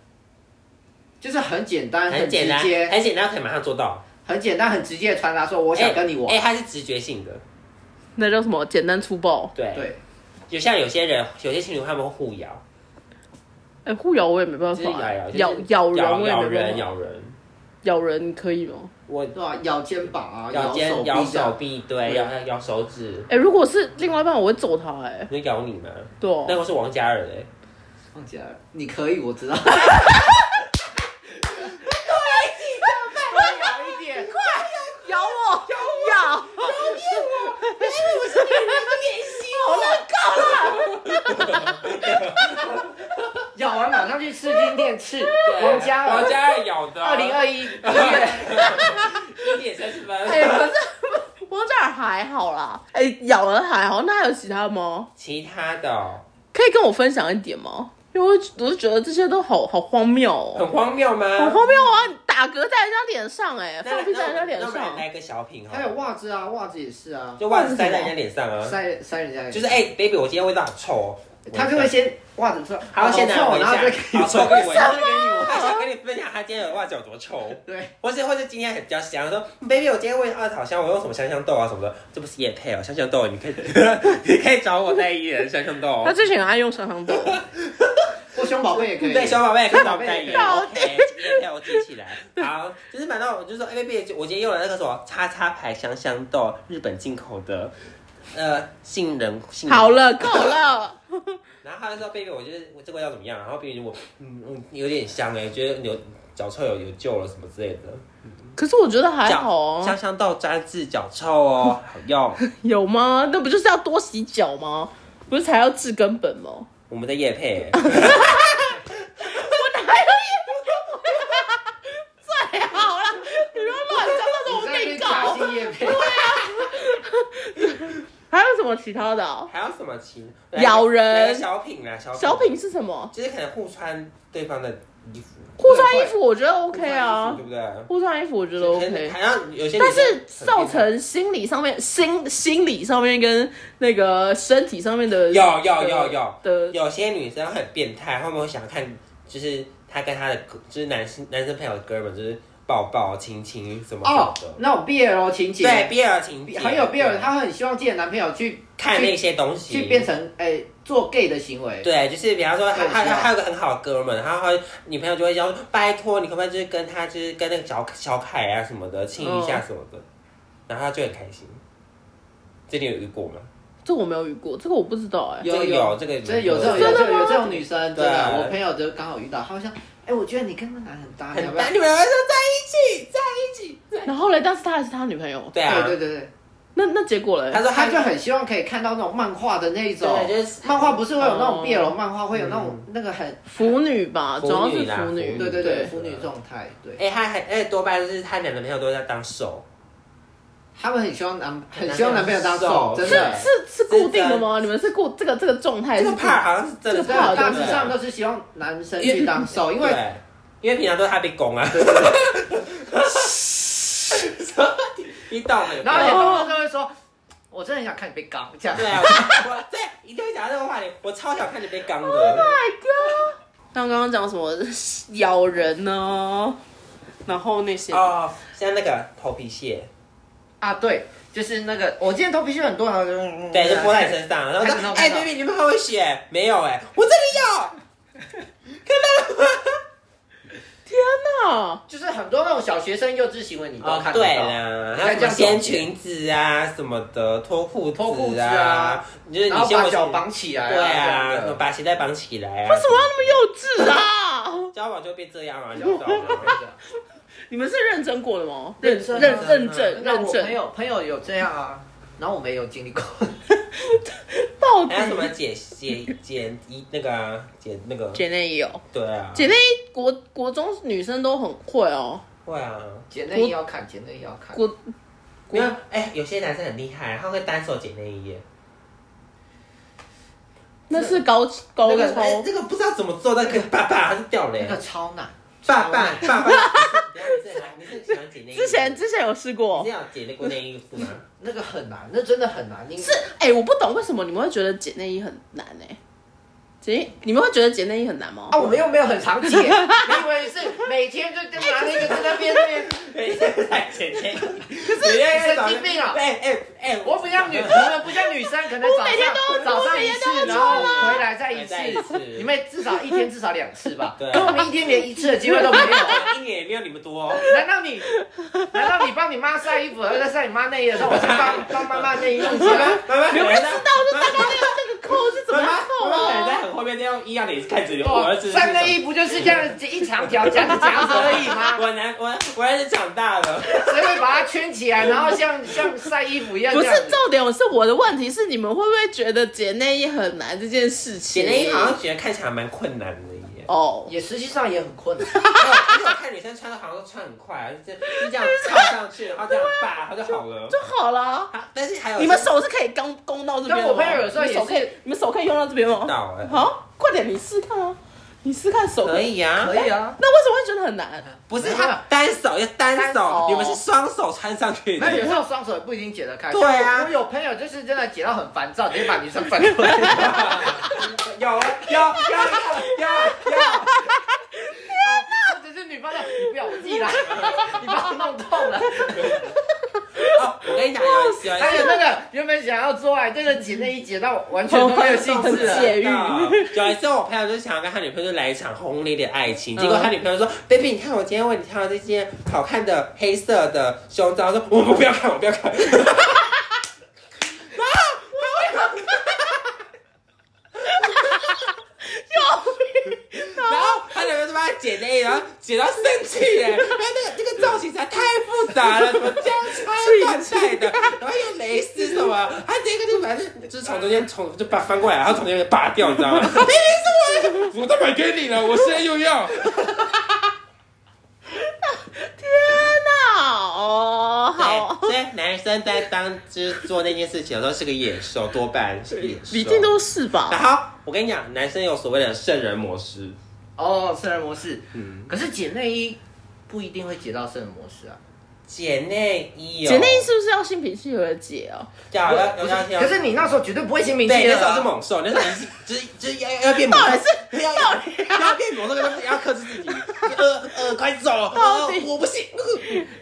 Speaker 3: 就是很简单、
Speaker 1: 很
Speaker 3: 直
Speaker 1: 简单，
Speaker 3: 接、
Speaker 1: 很简单，可以马上做到。
Speaker 3: 很简单、很直接的传达说我想跟你玩。
Speaker 1: 哎，它是直觉性的，
Speaker 2: 那叫什么？简单粗暴。
Speaker 1: 对。
Speaker 3: 对，
Speaker 1: 就像有些人，有些情侣他们会互咬，
Speaker 2: 哎、互咬我也没办
Speaker 1: 就是咬
Speaker 2: 法
Speaker 1: 咬
Speaker 2: 啊，
Speaker 1: 就是
Speaker 2: 咬咬人
Speaker 1: 咬
Speaker 2: 我
Speaker 1: 咬
Speaker 2: 也没办
Speaker 1: 人，
Speaker 2: 法。
Speaker 1: 咬人。
Speaker 2: 咬人可以吗？
Speaker 1: 我
Speaker 3: 对吧？咬肩膀啊，
Speaker 1: 咬肩、咬
Speaker 3: 手臂这样
Speaker 1: 手臂，对，
Speaker 3: 对
Speaker 1: 咬咬手指，
Speaker 2: 哎、如果是另外一半，我会揍他、哎，
Speaker 1: 能咬你吗？
Speaker 2: 对啊、
Speaker 1: 那个是王嘉尔哎，
Speaker 3: 放起来了，你可以，我知道。 对，一点。
Speaker 2: 咬我，咬我，咬我，我是女人，你别吸我，好难搞啦！
Speaker 3: 咬完马上去吃金店吃，
Speaker 1: 啊
Speaker 3: 王嘉
Speaker 1: 王
Speaker 3: 尔，
Speaker 1: 嘉尔咬的，啊
Speaker 3: 二零二一月，
Speaker 1: 一点三十
Speaker 2: 哎、
Speaker 1: 分。
Speaker 2: 可是王嘉尔还好啦，哎、咬了还好，那还有其他吗？
Speaker 1: 其他的哦
Speaker 2: 可以跟我分享一点吗？因为我我就觉得这些都好好荒谬
Speaker 1: 很
Speaker 2: 哦、
Speaker 1: 荒谬吗？
Speaker 2: 好荒谬啊！你打嗝在人家脸上、哎，
Speaker 1: 那。那
Speaker 2: 放屁在人家脸
Speaker 1: 那我们
Speaker 2: 上，
Speaker 1: 来个小品
Speaker 3: 还有
Speaker 1: 哈，
Speaker 3: 袜子啊，袜子也是啊，
Speaker 1: 就袜子塞在人家脸上啊，
Speaker 3: 塞塞人家，
Speaker 1: 就是哎，baby，我今天味道好臭哦。
Speaker 3: 他就会先袜子出来，
Speaker 1: 他会先拿
Speaker 3: 好
Speaker 1: 我一
Speaker 3: 臭，然
Speaker 1: 下
Speaker 3: 后再给你
Speaker 1: 好臭给我一
Speaker 3: 然
Speaker 1: 下
Speaker 3: 后再给你闻
Speaker 1: 他想跟你分享他今天的袜子有多臭，哦
Speaker 3: 对，
Speaker 1: 或是或是今天还比较香，说 baby 我今天味道好香，我用什么香香豆啊什么的，这不是叶配哦，香香豆你可以 你可以找我代言香香豆哦
Speaker 2: 他。之前很爱用香香豆。
Speaker 3: 或熊宝贝也可以，
Speaker 1: 对，小宝贝可以找我们代言
Speaker 2: 到
Speaker 1: ，OK，今哎天陪我记起 来。好，就是反正我就说，哎，baby，我今天用了那个什么叉叉牌香香豆，日本进口的，呃，杏仁杏仁。
Speaker 2: 好了，够了。
Speaker 1: 然后他就说，baby，我就是我这个要怎么样？然后 baby 就我，嗯嗯，有点香哎、觉得有脚臭有有救了什么之类的。
Speaker 2: 可是我觉得还好
Speaker 1: 香
Speaker 2: 哦，
Speaker 1: 香豆粘治脚臭哦，好用。
Speaker 2: 有吗？那不就是要多洗脚吗？不是才要治根本吗？
Speaker 1: 我们的叶配、
Speaker 2: 我哪有啊最好了，你不要乱讲，到时候我被
Speaker 3: 假
Speaker 2: 告。
Speaker 3: 戏夜配，
Speaker 2: 还有什么其他的啊、
Speaker 1: 还有什么情
Speaker 2: 咬人
Speaker 1: 来个小品啦，小品
Speaker 2: 小品是什么？
Speaker 1: 就是可能互穿对方的衣服
Speaker 2: 互穿衣服我觉得 OK
Speaker 1: 互穿衣服
Speaker 2: 啊
Speaker 1: 对，不对？
Speaker 2: 互穿衣服我觉得
Speaker 1: 有些
Speaker 2: OK，
Speaker 1: 好像有些女
Speaker 2: 但
Speaker 1: 生
Speaker 2: 是造
Speaker 1: 很
Speaker 2: 成心理上面、心心理上面跟那个身体上面的
Speaker 1: 变态有有有有
Speaker 2: 的
Speaker 1: 有些女生很变态，她们会想看就是她跟她的哥就是男生男生朋友的哥们就是抱抱亲亲什么什
Speaker 3: 哦
Speaker 1: 么的，，
Speaker 3: 那种 BL 情节，
Speaker 1: 对，比尔情节
Speaker 3: 很有 BL，
Speaker 1: 对
Speaker 3: 她很希望自己的男朋友去
Speaker 1: 看那些东西
Speaker 3: 去变成哎、做 gay 的行为，
Speaker 1: 对，就是比方说，他
Speaker 3: 对
Speaker 1: 他
Speaker 3: 是啊
Speaker 1: 他有个很好的哥们，然后他女朋友就会讲说，拜托你可不可以就是跟他就是跟那个小小凯啊什么的亲一
Speaker 3: 哦
Speaker 1: 下什么的，然后他就很开心。这里有遇过吗？
Speaker 2: 这我没有遇过，这个我不知道哎、
Speaker 1: 这个有，这个
Speaker 3: 这有这种
Speaker 2: 真的
Speaker 3: 有这种
Speaker 2: 吗
Speaker 3: 有这种女生，真的，
Speaker 1: 对
Speaker 3: 我朋友就刚好遇到，她好像，哎、我觉得你跟那男很搭，你要
Speaker 1: 很
Speaker 3: 不要
Speaker 1: 大，？你们还说在一起，在一起，
Speaker 2: 然后嘞，但是他还是他女朋友。
Speaker 1: 对啊，
Speaker 3: 对对对，
Speaker 2: 那那结果嘞？
Speaker 1: 他说
Speaker 3: 他
Speaker 1: 他
Speaker 3: 就很希望可以看到那种漫画的那一种，
Speaker 1: 对就是
Speaker 3: 漫画不是会有那种
Speaker 2: 哦
Speaker 3: BL 漫画，会有那种、那个很
Speaker 2: 腐女吧，主要
Speaker 1: 腐
Speaker 2: 是
Speaker 1: 女啦
Speaker 2: 腐
Speaker 1: 腐
Speaker 2: 女，
Speaker 1: 女
Speaker 3: 对对对
Speaker 2: 对，
Speaker 3: 腐女状态，对
Speaker 1: 哎、他还哎、多半就是他两个朋友都在当受，
Speaker 3: 他们很希望男很希望男朋友当
Speaker 1: 瘦
Speaker 3: 受，真
Speaker 2: 是
Speaker 3: 的。
Speaker 2: 是是固定的吗？你们是固这个这个状态
Speaker 1: 这
Speaker 2: 是
Speaker 1: 个
Speaker 2: 固
Speaker 1: part 好像是真的，
Speaker 2: 这个
Speaker 3: 对，啊
Speaker 2: 怕 part
Speaker 3: 大
Speaker 1: 大
Speaker 3: 致
Speaker 1: 致
Speaker 3: 上都是希望男生
Speaker 1: 因
Speaker 3: 去当受，因为
Speaker 1: 对，因为平常都是他被攻啊，
Speaker 3: 对对对
Speaker 1: 你懂没有？
Speaker 3: 然后有些朋友就会说，我真的很想看你被搞这样。
Speaker 1: 哦对啊，我我对一定会讲到这个话题，我超想看你被刚
Speaker 2: Oh
Speaker 1: 的。
Speaker 2: 哦像刚刚讲什么咬人呢，然后那些
Speaker 1: 哦，像那个头皮屑，
Speaker 3: 啊，对，就是那个，我见头皮屑很多，然后就嗯嗯
Speaker 1: 对，就
Speaker 3: 嗯
Speaker 1: 泼在你身上，然后
Speaker 3: 看
Speaker 1: 说
Speaker 3: 到：“
Speaker 1: 哎
Speaker 3: 看到
Speaker 1: ，baby，你们还会血？没有哎，我这里有，看到了吗？
Speaker 2: 天哪，
Speaker 3: 就是很多那种小学生幼稚行为，你都
Speaker 1: 哦
Speaker 3: 看，得
Speaker 1: 对
Speaker 3: 到。
Speaker 1: 啦，
Speaker 3: 你
Speaker 1: 还
Speaker 3: 看
Speaker 1: 有
Speaker 3: 这
Speaker 1: 什么掀
Speaker 3: 样走
Speaker 1: 裙子啊什么的，脱裤
Speaker 3: 脱裤
Speaker 1: 子
Speaker 3: 子啊，
Speaker 1: 就是
Speaker 3: 然
Speaker 1: 你
Speaker 3: 后
Speaker 1: 先
Speaker 3: 把
Speaker 1: 我
Speaker 3: 脚，绑起来、
Speaker 1: 对啊，什么
Speaker 3: 这样的
Speaker 1: 把鞋带绑起来啊。
Speaker 2: 为什么要那么幼稚啊？
Speaker 1: 交往就会变这样啊？交往
Speaker 2: 你们是认真过的吗？
Speaker 3: 认
Speaker 2: 认
Speaker 3: 真
Speaker 2: 认
Speaker 3: 啊
Speaker 2: 认证
Speaker 3: 那
Speaker 2: 认
Speaker 3: 我朋
Speaker 2: 证，
Speaker 3: 友朋友有这样啊，然后我没有经历过，
Speaker 2: 到底
Speaker 1: 还有什么姐姐姐一那个啊姐那个
Speaker 2: 姐内也有，
Speaker 1: 对啊，
Speaker 2: 姐内国国中女生都很会哦，
Speaker 1: 会啊。
Speaker 3: 姐内衣要看，姐内衣要看。
Speaker 2: 国
Speaker 1: 没有，哎，有些男生很厉害，他会单手剪内衣耶。
Speaker 2: 那是高高
Speaker 1: 那个哎
Speaker 2: 超
Speaker 1: 这个不知道怎么做，但可以爸爸还是掉嘞
Speaker 3: 那。个超难，
Speaker 1: 爸
Speaker 3: 超
Speaker 1: 爸
Speaker 3: 难
Speaker 1: 爸爸，你是你是喜欢剪内衣？
Speaker 2: 之前之前有试过
Speaker 1: 你是，有剪过内衣裤吗？
Speaker 3: 那个很难，那真的很难。你
Speaker 2: 是哎、我不懂为什么你们会觉得剪内衣很难呢、欸？剪你们会觉得剪内衣很难吗？
Speaker 3: 啊，我们又没有很常 解，你以为是每天就就拿那个在那边那边？
Speaker 1: 对，在剪内衣。可
Speaker 3: 是神经病啊
Speaker 1: 哎哎哎，
Speaker 3: 我不像女，我们不像女生，可能早
Speaker 2: 每天都
Speaker 3: 上早上一次，然后回来再一次
Speaker 1: 回来再一次，
Speaker 3: 你们至少一天至少两次吧。
Speaker 1: 对啊
Speaker 3: 跟我们一天连一次的机会都没有。
Speaker 1: 一年也没有你们多哦。
Speaker 3: 难道你，难道你帮你妈晒衣服，而在晒你妈内衣的时候，我去帮 帮妈妈内衣弄起
Speaker 1: 妈妈
Speaker 3: 来？，
Speaker 1: 妈妈，你们知
Speaker 2: 知道就大概那个那个扣是怎
Speaker 1: 妈
Speaker 2: 么
Speaker 1: 妈，
Speaker 2: 扣
Speaker 1: 妈妈可能在
Speaker 2: 啊？
Speaker 1: 很后面那样一样的看着我儿
Speaker 3: 哦
Speaker 1: 子。
Speaker 3: 晒内衣不就是这样一长条这样子夹着而已吗？
Speaker 1: 我男我我儿子长大了，
Speaker 3: 谁会把它圈起来，然后像像晒衣服一样
Speaker 2: 不
Speaker 3: 这
Speaker 2: 是
Speaker 3: 样子？
Speaker 2: 重点，是我的问题是你们会不会觉得剪内衣很难这件事情？
Speaker 1: 剪内衣好像觉得看起来蛮困难的 耶。
Speaker 2: 哦，
Speaker 3: 也实际上也很困难。
Speaker 1: 哦因为我看女生穿的好像都穿很快啊，就就这样套上去，然后这样拔，然后就好了。
Speaker 2: 就好啦。
Speaker 1: 啊但是还有
Speaker 2: 你们手是可以刚弓到这边的吗
Speaker 3: 但我朋友有时候也
Speaker 2: 你
Speaker 3: 是
Speaker 2: 手可以，你们手可以用到这边吗？
Speaker 1: 到哎，
Speaker 2: 好，快点，你试看啊，你试看手哎
Speaker 1: 可。以啊，
Speaker 3: 可以啊，
Speaker 2: 那为什么会觉得很难？
Speaker 1: 不是他单手要单手
Speaker 3: 单
Speaker 2: 手，
Speaker 1: 你们是双手穿上 去的
Speaker 3: 那。有时候双手也不一定解得开。
Speaker 1: 对啊
Speaker 3: 我有朋友就是真的解到很烦躁，直接把女生 翻过来。
Speaker 1: 有有有有有。
Speaker 3: 或者是女方说你不要，我自己来， 你把我弄痛了。
Speaker 1: 哦， 我跟你讲，有喜欢
Speaker 3: 还有那个原本想要做爱，真的解那一解到完全都没有兴致
Speaker 2: 很解
Speaker 3: 了。
Speaker 2: 欲
Speaker 1: 有一次，我朋友就想要跟他女朋友来一场轰烈的爱情，结果他女朋友说、b a b y 你看我今天为你挑的这件好看的黑色的胸罩。”我说：“我我不要看，我不要看。”然后然后他女朋友就帮他解内衣，然后解到生气耶！然后那个那个造型实在太复杂了，什么交叉缎带的，然后又蕾丝什么，他这个就反正就是从中间从就把翻过来，然后从中间拔掉，你知 道吗？明明是我，我都买给你了，我现在又要。
Speaker 2: 天哪！哦，好，
Speaker 1: 对所以哎男生在当就是做那件事情的时候是个野兽，多半是个野 兽。
Speaker 2: 一定都是
Speaker 1: 然
Speaker 2: 吧？
Speaker 1: 后我跟你讲，男生有所谓的圣人模式，
Speaker 3: 哦，圣人模式，
Speaker 1: 嗯，
Speaker 3: 可是解内衣不一定会解到圣人模式啊。
Speaker 1: 姐内衣哦，
Speaker 2: 姐内衣是不是要心平气和地解哦？
Speaker 1: 要要要要要
Speaker 3: 可是你那时候绝对不会心平
Speaker 1: 对，
Speaker 3: 气
Speaker 1: 那时
Speaker 3: 和
Speaker 1: 候是
Speaker 3: 啊。
Speaker 1: 猛兽，那时候你是就是就是要要变猛兽，
Speaker 2: 到底是
Speaker 1: 要
Speaker 2: 到底
Speaker 1: 要要变猛兽，要要克制自己，呃呃，快走，呃
Speaker 2: 到底
Speaker 1: 我不信。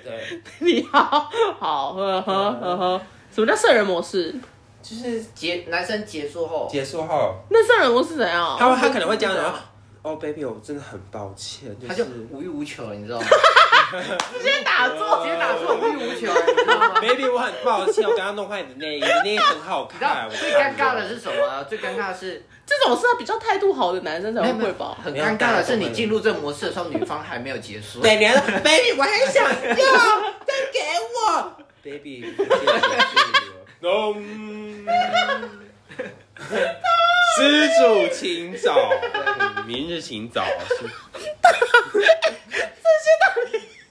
Speaker 1: 对，
Speaker 2: 你好好呵呵
Speaker 1: 嗯
Speaker 2: 呵呵，什么叫圣人模式？
Speaker 1: 就是
Speaker 3: 结男生结束后，
Speaker 1: 结束后，
Speaker 2: 那圣人模式怎样？
Speaker 1: 他会他可能会这样然后哦，baby，我真的很抱歉，
Speaker 3: 他
Speaker 1: 就
Speaker 3: 就是无欲无求了，你知道 吗？
Speaker 2: 直接打
Speaker 1: 嗯
Speaker 2: 坐
Speaker 3: 直接打错无欲无求，你知 道吗？
Speaker 1: baby，我很抱歉，我刚刚弄坏你的内衣，你的内衣很好
Speaker 3: 你知道
Speaker 1: 看。
Speaker 3: 最尴尬的是什么啊？最尴尬的是，
Speaker 2: 这种是要比较态度好的男生才会会吧？
Speaker 3: 很尴尬的是，你进入这模式的时候，女方还没有结束。
Speaker 1: 对，你还说哎 baby，我还想要，再给我， baby，我见你哦了 咚，施主请早，明日请早。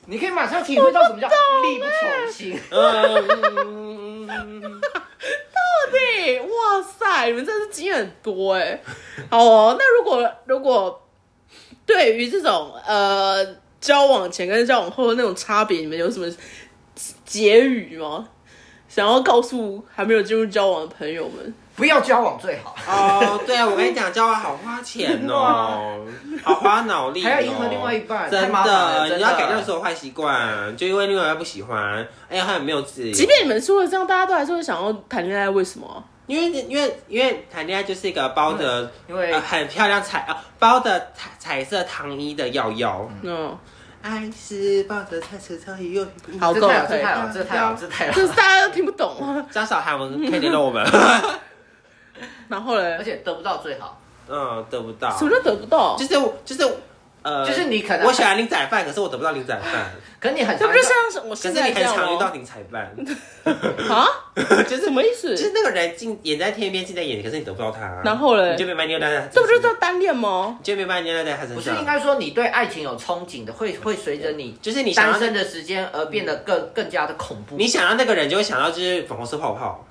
Speaker 3: 你可以马上体会到什么叫力不从心。
Speaker 1: 呃嗯，
Speaker 2: 对，哇塞，你们真的是经验很多哎、好哦，那如果如果对于这种呃交往前跟交往后的那种差别，你们有什么结语吗？想要告诉还没有进入交往的朋友们？
Speaker 3: 不要交往最好，
Speaker 1: 哦，对啊，我跟你讲，交往好花钱哦，好花脑力、哦，
Speaker 3: 还要迎合另外一半太
Speaker 1: 真
Speaker 3: 麻烦了
Speaker 1: 的，
Speaker 3: 真的
Speaker 1: 你要改掉所有坏习惯，就因为另外一半不喜欢，哎呀，他也没有自由。
Speaker 2: 即便你们说了这样，大家都还是会想要谈恋爱，为什么啊？
Speaker 1: 因为因为因为谈恋爱就是一个包着、
Speaker 3: 因为
Speaker 1: 呃、很漂亮彩啊、包着彩彩色糖衣的耀耀，
Speaker 2: 嗯，
Speaker 1: 爱是抱着彩色糖衣又
Speaker 2: 好
Speaker 3: 这
Speaker 2: 够
Speaker 3: 太
Speaker 2: 了，
Speaker 3: 好，
Speaker 2: 可
Speaker 3: 这
Speaker 2: 以
Speaker 3: 太，好，这太好，这太好
Speaker 2: 就。是大家都听不懂 啊。
Speaker 1: 张韶涵，我们可以联络 我们，
Speaker 2: 然后嘞
Speaker 3: 而，且得不到最好，
Speaker 1: 嗯，得不到
Speaker 2: 什，么叫得不到？
Speaker 1: 就是就是呃，
Speaker 3: 就是你可能
Speaker 1: 我喜欢林仔饭，可是我得不到林仔饭，
Speaker 3: 可你很
Speaker 2: 这
Speaker 3: 常
Speaker 2: 不就像我
Speaker 1: 可
Speaker 2: 现
Speaker 1: 是
Speaker 2: 在
Speaker 1: 你
Speaker 2: 这
Speaker 1: 很
Speaker 2: 样
Speaker 3: 哦
Speaker 1: 常遇到
Speaker 2: 吗？
Speaker 1: 林仔饭，
Speaker 2: 啊，
Speaker 1: 就是
Speaker 2: 什么意思？
Speaker 1: 就是那个人近眼在天边近在眼里，可是你得不到他，
Speaker 2: 然后嘞
Speaker 1: 你就没把妞在他身上，
Speaker 2: 这不就是叫单恋吗？
Speaker 1: 你就没把妞在他身上，
Speaker 3: 不是应该说你对爱情有憧憬的，会会随着你
Speaker 1: 就是你想要
Speaker 3: 单身的时间而变得更更加的恐怖，
Speaker 1: 你想到那个人就会想到就是粉红色泡泡。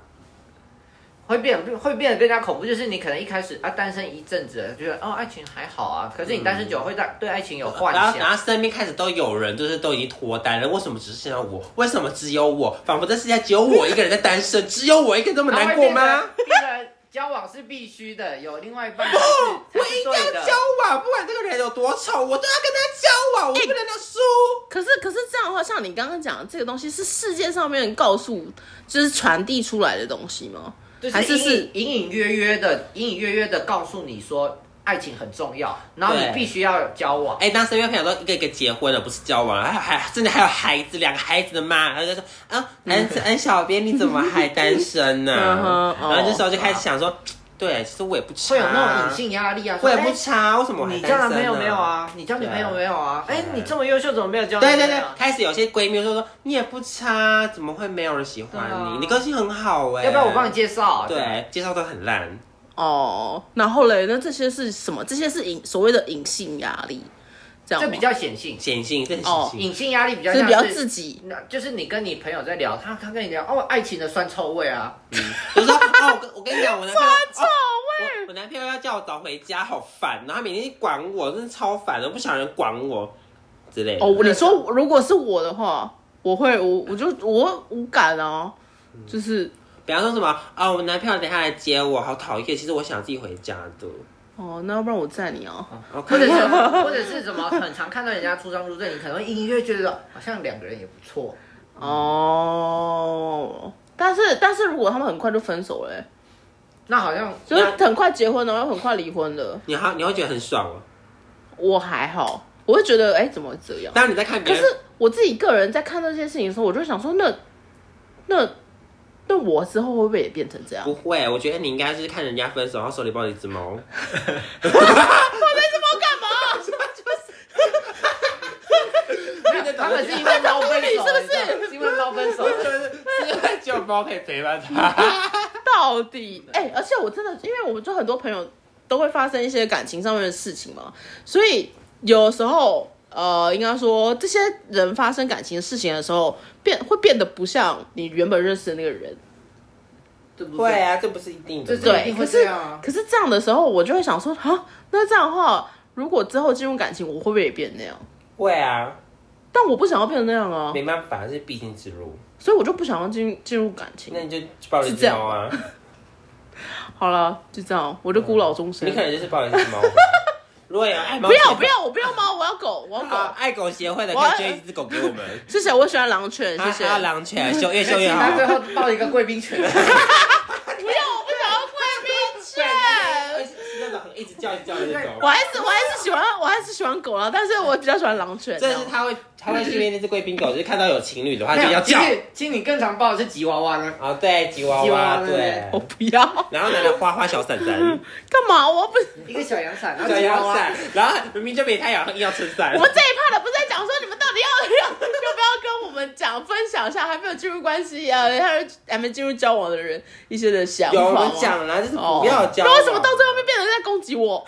Speaker 3: 会变会变得更加恐怖。就是你可能一开始啊单身一阵子，觉得哦爱情还好啊，可是你单身久了会对对爱情有幻
Speaker 1: 呃然后，然
Speaker 3: 想。
Speaker 1: 后身边开始都有人，就是都已经脱单了。为什么只剩下我？为什么只有我？仿佛这世界只有我一个人在单身，只有我一个人这么
Speaker 3: 然后
Speaker 1: 难
Speaker 3: 会
Speaker 1: 过
Speaker 3: 变成
Speaker 1: 吗？？
Speaker 3: 变成交往是必须的，有另外一半才是
Speaker 1: 不，
Speaker 3: 才
Speaker 1: 我
Speaker 3: 是
Speaker 1: 一定要
Speaker 3: 对的
Speaker 1: 交。往，不管这个人有多丑，我都要跟他交往，我不能让他输。
Speaker 2: 可是可是这样的话，像你刚刚讲的这个东西，是世界上面告诉，就是传递出来的东西吗？
Speaker 3: 就是
Speaker 2: 还是
Speaker 3: 隐
Speaker 2: 是
Speaker 3: 隐隐约约的，隐隐约约的告诉你说爱情很重要，然后你
Speaker 1: 对
Speaker 3: 必须要交往。
Speaker 1: 哎、当身边朋友都一个一个结婚了，不是交往了，还有还甚至还有孩子，两个孩子的妈，然后就说啊，安安小编你怎么还单身呢、
Speaker 2: 嗯哼哦
Speaker 1: 然后这时候就开始想说，对，其实我也不差，
Speaker 3: 会有那种隐，性压力啊，
Speaker 1: 我也
Speaker 3: 说
Speaker 1: 不差，为什么我
Speaker 3: 哎
Speaker 1: 还
Speaker 3: 你
Speaker 1: 单身
Speaker 3: 交
Speaker 1: 呢？
Speaker 3: 男朋友没有啊？你交女朋友没有啊？
Speaker 1: 对
Speaker 3: 哎，你这么优秀，怎么没有交
Speaker 1: 对对
Speaker 3: 男朋
Speaker 1: 对
Speaker 3: 友？，
Speaker 1: 开始有些闺蜜就说你也不差，怎么会没有人喜欢
Speaker 3: 对啊
Speaker 1: 你？你个性很好哎、
Speaker 3: 要不要我帮你？介绍？，啊
Speaker 1: 对，介绍都很烂，
Speaker 2: 哦，然后嘞，那这些是什么？这些是隐所谓的隐性压力，这样
Speaker 3: 这
Speaker 2: 吗
Speaker 3: 比较显性，
Speaker 1: 显性，这很
Speaker 2: 哦
Speaker 1: 显性。
Speaker 3: 隐性压力比较
Speaker 2: 就是
Speaker 3: 像
Speaker 2: 比较自己。
Speaker 3: 那就是你跟你朋友在聊，他他跟你聊哦，爱情的酸臭味啊，
Speaker 1: 我说哦，我跟我跟你讲， 我男朋友
Speaker 2: 臭
Speaker 1: 哦我我男朋友要叫我早回家，好烦，然哦后他每天一管我，真的超烦的，我不想有人管我之类的。
Speaker 2: 哦，你说如果是我的话，我会我我就我无感啊，就是
Speaker 1: 比方说什么啊、哦，我男朋友等一下来接我，好讨厌。其实我想自己回家的。哦
Speaker 2: 哦，那要不然我赞你啊。
Speaker 1: OK，
Speaker 3: 或者是或者是怎么，很常看到人家出双入对，你可能会隐隐约觉得好像两个人也不错。
Speaker 2: 哦，但是但是如果他们很快就分手了欸、
Speaker 3: 那好像
Speaker 2: 就是很快结婚，然后又很快离婚的，
Speaker 1: 你还你会觉得很爽哦。
Speaker 2: 我还好，我会觉得哎、怎么会这样？
Speaker 1: 当你在看别
Speaker 2: 可
Speaker 1: 人
Speaker 2: 是，我自己个人在看这件事情的时候，我就想说，那那那我之后会不会也变成这样？
Speaker 1: 不会，我觉得你应该就是看人家分手，然后手里抱着一只猫。
Speaker 3: 他们是因为猫分手，
Speaker 2: 是不是
Speaker 3: 你知道吗是因为猫分手？
Speaker 1: 只有猫可以陪伴他。
Speaker 2: 到底哎、而且我真的，因为我们就很多朋友都会发生一些感情上面的事情嘛，所以有时候呃，应该说这些人发生感情的事情的时候，变会变得不像你原本认识的那个人。
Speaker 3: 对不
Speaker 1: 会
Speaker 3: 对？
Speaker 1: 啊，这不是一定的
Speaker 3: 这
Speaker 1: 吗。
Speaker 3: 是一
Speaker 2: 对，
Speaker 3: 定
Speaker 2: 可
Speaker 3: 会
Speaker 2: 是
Speaker 3: 这样啊。
Speaker 2: 可是这样的时候，我就会想说，啊，那这样的话，如果之后进入感情，我会不会也变那样？
Speaker 1: 会啊，
Speaker 2: 但我不想要变成那样啊，
Speaker 1: 没办法，这是必经之路。
Speaker 2: 所以我就不想要进进入感情
Speaker 1: 那。你就抱着一只猫啊，
Speaker 2: 好了，就这样，我就孤老终生
Speaker 1: 你。可能就是抱着一只猫吧。如果有爱猫，
Speaker 2: 不要不。要，我不要猫，我要狗，我要
Speaker 1: 啊
Speaker 2: 狗。，
Speaker 1: 爱狗协会的可以捐一只狗给我 们。
Speaker 2: 谢谢，我喜欢狼犬，谢
Speaker 1: 他
Speaker 2: 谢。
Speaker 1: 还有狼犬，修越修
Speaker 3: 而且
Speaker 1: 越好
Speaker 3: 他。最后抱一个贵宾犬，
Speaker 2: 不要，我不想要贵宾犬。
Speaker 1: 那种一直叫一直叫的那
Speaker 2: 我
Speaker 1: 种。
Speaker 2: 还是我还是喜欢我还是喜欢狗啦，但是我比较喜欢狼犬。
Speaker 1: 这是他会，他会训练那只贵宾狗，就是看到有情侣的话
Speaker 3: 没
Speaker 1: 就
Speaker 3: 有
Speaker 1: 要叫
Speaker 3: 其。实其实你更常抱的是吉娃娃呢。
Speaker 1: 哦，对，吉娃
Speaker 3: 吉娃
Speaker 1: 娃，
Speaker 3: 娃
Speaker 1: 对。
Speaker 2: 我不要
Speaker 1: 然后拿了花花小伞伞。
Speaker 2: 干嘛？我不，
Speaker 3: 一个小阳伞，然后
Speaker 1: 小
Speaker 3: 吉娃
Speaker 1: 阳
Speaker 3: 娃，
Speaker 1: 伞，然后明明就没太阳，硬要撑伞
Speaker 2: 我。们这一趴的不是在讲说你们到底要要要不要跟我们们讲分享一下还没有进入关系啊，还还没进入交往的人一些的想法
Speaker 1: 有
Speaker 2: 吗？
Speaker 3: 哦
Speaker 1: 人讲了，就是不要交
Speaker 2: 那
Speaker 1: 往。
Speaker 2: 为什么到最后面变成在攻击我？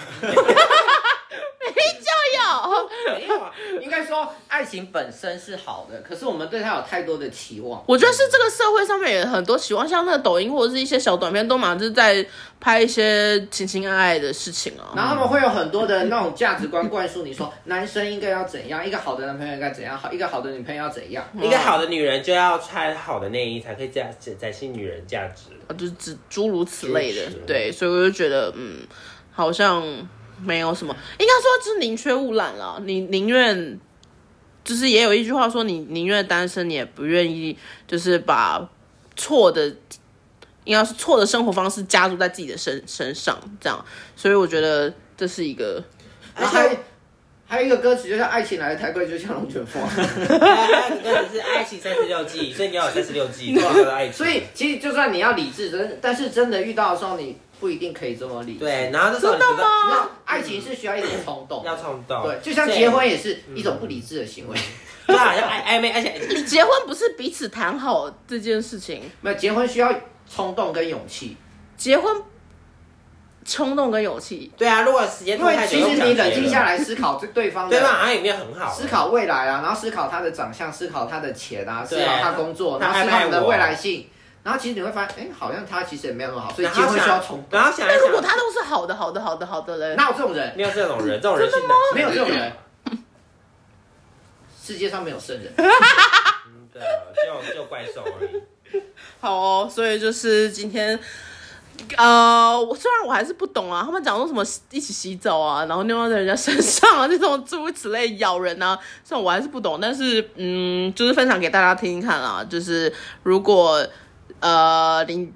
Speaker 2: 没就有，
Speaker 3: 没有啊，应该说爱情本身是好的，可是我们对它有太多的期望。
Speaker 2: 我觉得是这个社会上面有很多喜欢像那个抖音或者是一些小短片，都嘛就是在拍一些情情爱爱的事情啊。
Speaker 3: 然后他们会有很多的那种价值观灌输，你说男生应该要怎样，一个好的男朋友应该怎样，好一个好的女朋友要怎样。
Speaker 1: 一个好的女人就要穿好的内衣，才可以展展现女人价 值。
Speaker 2: 啊，就是只诸如此类的
Speaker 1: 确实，
Speaker 2: 对，所以我就觉得，嗯，好像没有什么，应该说就是宁缺毋滥啦。你宁愿，就是也有一句话说，你宁愿单身，你也不愿意，就是把错的，应该是错的生活方式加注在自己的身身上，这样。所以我觉得这是一个，
Speaker 3: 然后还有还有一个歌词就是“爱情来的太快，就像龙卷风”。啊
Speaker 1: 你根本是爱情三十六计，所以你要有三十六计，做好的爱情。
Speaker 3: 所以其实就算你要理智，真但是真的遇到的时候，你不一定可以这么理智。
Speaker 1: 对，然后这时候你
Speaker 2: 真
Speaker 1: 觉
Speaker 2: 的
Speaker 1: 得
Speaker 2: 吗
Speaker 3: 那爱情是需要一点冲动，
Speaker 1: 要冲动，
Speaker 3: 对，嗯就像结婚也是一种不理智的行为。
Speaker 1: 对，就好像暧暧昧，而且
Speaker 2: 你结婚不是彼此谈好这件事情，
Speaker 3: 没有结婚需要冲动跟勇气，
Speaker 2: 结婚冲动跟勇气，
Speaker 1: 对啊，如果时间
Speaker 3: 因
Speaker 1: 拖
Speaker 3: 为
Speaker 1: 太久，
Speaker 3: 其实你
Speaker 1: 又不想
Speaker 3: 冷
Speaker 1: 结
Speaker 3: 静
Speaker 1: 了
Speaker 3: 下，来思考对对方
Speaker 1: 对方
Speaker 3: 的。
Speaker 1: 好像也没有很好，
Speaker 3: 思考未来啊，然后思考他的长相，思考他的钱啊，思
Speaker 1: 对
Speaker 3: 考他工作，
Speaker 1: 他
Speaker 3: 然后思
Speaker 1: 爱不爱
Speaker 3: 考你的
Speaker 1: 我
Speaker 3: 未来性，然后其实你会发现，哎，好像他其实也没有那么好，所以
Speaker 1: 然
Speaker 3: 结
Speaker 1: 后
Speaker 3: 婚需要
Speaker 1: 想
Speaker 3: 冲，动
Speaker 1: 然。后想一
Speaker 2: 那如果
Speaker 1: 想，
Speaker 2: 他都是好的、好的、好的、好的嘞，
Speaker 3: 哪有这种人？
Speaker 1: 没有这种 人，这种人是
Speaker 3: 没有这种人，世界上没有圣人。
Speaker 1: 真的，嗯就就怪兽而已。
Speaker 2: 好哦，所以就是今天，呃，我虽然我还是不懂啊，他们讲说什么一起洗澡啊，然后尿在人家身上啊，这种诸如此类咬人啊，这种我还是不懂，但是嗯，就是分享给大家听听看啦，就是如果呃你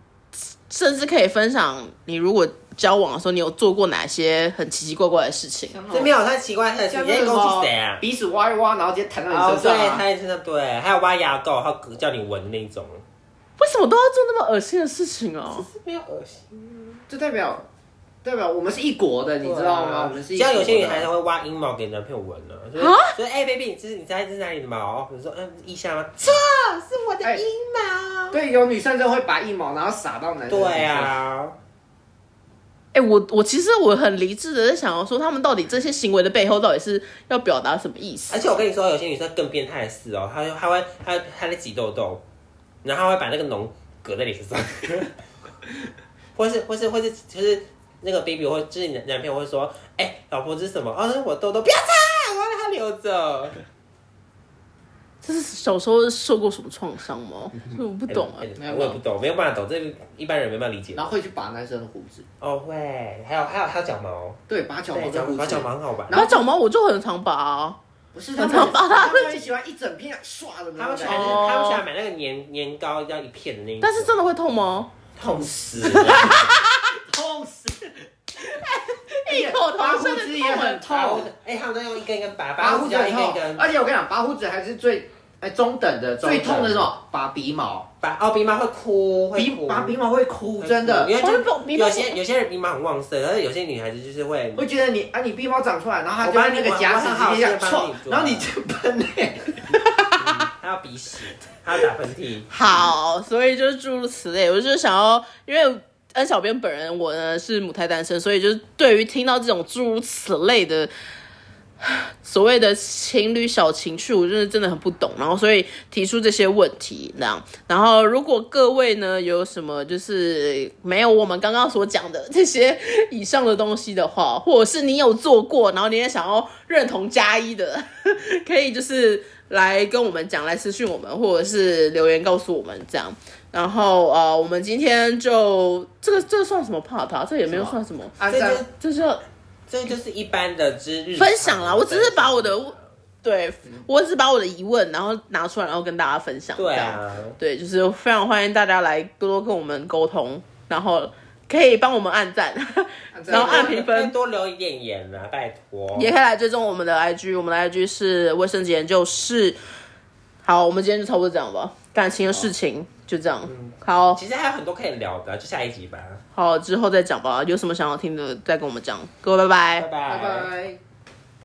Speaker 2: 甚至可以分享你如果交往的时候，你有做过哪些很奇奇怪怪的事情。
Speaker 1: 这没有太奇怪，太奇怪，
Speaker 3: 像
Speaker 1: 你
Speaker 3: 哦那
Speaker 1: 在
Speaker 3: 个什
Speaker 1: 攻
Speaker 3: 么
Speaker 1: 击谁啊？
Speaker 3: 鼻子挖一挖，然后直接弹到
Speaker 1: 哦
Speaker 3: 你，身
Speaker 1: 对，
Speaker 3: 上、啊。
Speaker 1: 他也是那对，还有挖牙垢，还有叫你闻那种，
Speaker 2: 为什么都要做那么恶心的事情哦、
Speaker 1: 是没有恶心，
Speaker 3: 这代表代表我们是一国的，你知道吗？我们是一啊
Speaker 1: 像
Speaker 3: 国
Speaker 1: 啊
Speaker 3: 的。
Speaker 1: 有些女孩子会挖阴毛给男朋友啊闻呢，就是就是哎，baby，这是你猜这是哪里的毛？你说嗯，腋下吗？错，是我的
Speaker 3: 哎
Speaker 1: 阴毛。
Speaker 3: 对，有女生就会把一毛然后撒到男生。
Speaker 1: 对，啊，
Speaker 2: 哎、我我其实我很理智的在想要说，他们到底这些行为的背后到底是要表达什么意思
Speaker 1: 而？且我跟你说，有些女生更变态的是哦，她就她会她她在挤痘痘，然后她会把那个脓隔在你身上，或是或是或是就是那个 baby 或就是你男男朋友会说，哎、老婆这是什么？哦，这是我痘痘，不要擦，我要让它留着。
Speaker 2: 这是小时候受过什么创伤吗？我不懂啊
Speaker 1: 哎。哎我也不懂，没有办法懂，这个一般人没办法理解
Speaker 3: 然。后会去拔男生的胡子，
Speaker 1: 哦，会，还有还有还有脚毛，
Speaker 3: 对，拔脚毛
Speaker 1: 对，
Speaker 3: 的
Speaker 1: 脚
Speaker 3: 胡
Speaker 1: 毛
Speaker 3: 子
Speaker 1: 脚。毛很好玩。
Speaker 2: 然后脚毛我就很常拔、啊，
Speaker 3: 不是他们
Speaker 2: 常把它
Speaker 3: 他们很喜欢一整片唰的
Speaker 1: 他
Speaker 3: 那
Speaker 1: 们
Speaker 3: 种
Speaker 1: 喜
Speaker 3: 感
Speaker 1: 欢，
Speaker 3: 觉。哦
Speaker 1: 他们喜欢买那个年年糕要一片的那一种，
Speaker 2: 哦
Speaker 1: 啊
Speaker 2: 但是真的会痛吗？
Speaker 1: 痛 死了。
Speaker 3: 痛死！
Speaker 2: 异口同
Speaker 3: 拔胡
Speaker 2: 声的啊
Speaker 3: 子也很
Speaker 1: 拔胡
Speaker 3: 痛
Speaker 1: 子，，哎，他们都用一根一根拔，
Speaker 3: 拔
Speaker 1: 拔
Speaker 3: 胡
Speaker 1: 胡
Speaker 3: 子
Speaker 1: 子要
Speaker 3: 很
Speaker 1: 一根一
Speaker 3: 痛
Speaker 1: 根，。
Speaker 2: 哎
Speaker 3: 而且我跟你讲，拔胡子还是最哎中等的，
Speaker 1: 中等
Speaker 3: 最痛的是什么？拔鼻毛，
Speaker 1: 拔哦，鼻毛会哭，会
Speaker 3: 鼻
Speaker 1: 哭，
Speaker 3: 拔鼻毛会哭，真的
Speaker 1: 因。为
Speaker 2: 我会懂
Speaker 1: 就
Speaker 2: 鼻毛
Speaker 1: 有些有些人鼻毛很旺盛，但是有些女孩子就是会，
Speaker 3: 会觉得你啊，你鼻毛长出来，然后他
Speaker 1: 我
Speaker 3: 就
Speaker 1: 帮
Speaker 3: 按
Speaker 1: 你
Speaker 3: 那个
Speaker 1: 我
Speaker 3: 夹
Speaker 1: 我
Speaker 3: 子
Speaker 1: 很好
Speaker 3: 直接这
Speaker 1: 我
Speaker 3: 样
Speaker 1: 帮
Speaker 3: 戳
Speaker 1: 你，做
Speaker 3: 然后你就喷嘞。
Speaker 1: 她要鼻屎，她要打喷嚏，
Speaker 2: 好，所以就是诸如此类，我就是想要，因为恩小编本人我呢是母胎单身，所以就是对于听到这种诸如此类的所谓的情侣小情趣，我就是真的很不懂，然后所以提出这些问题这样。然后如果各位呢有什么就是没有我们刚刚所讲的这些以上的东西的话，或者是你有做过，然后你也想要认同加一的，可以就是来跟我们讲，来私讯我们，或者是留言告诉我们这样。然后呃，我们今天就这个这个算什么 part 啊？这也没有算什么，
Speaker 3: 按
Speaker 1: 这就
Speaker 3: 照
Speaker 1: 是
Speaker 2: 这是
Speaker 1: 这就是一般的之日
Speaker 2: 分享啦。我只是把我的对我只是把我的疑问，然后拿出来，然后跟大家分享。
Speaker 1: 对
Speaker 2: 这样
Speaker 1: 啊，
Speaker 2: 对，就是非常欢迎大家来多多跟我们沟通，然后可以帮我们按赞，然后按评分，
Speaker 1: 多留一点言啦，拜托。
Speaker 2: 也可以来追踪我们的 IG，我们的 IG 是卫生纸研究室。好，我们今天就差不多这样吧，感情的事情就这样。好
Speaker 1: 其实还有很多可以聊的，就下一集吧，
Speaker 2: 好，之后再讲吧，有什么想要听的再跟我们讲。各位，拜
Speaker 1: 拜
Speaker 2: 拜
Speaker 1: 拜
Speaker 3: 拜拜。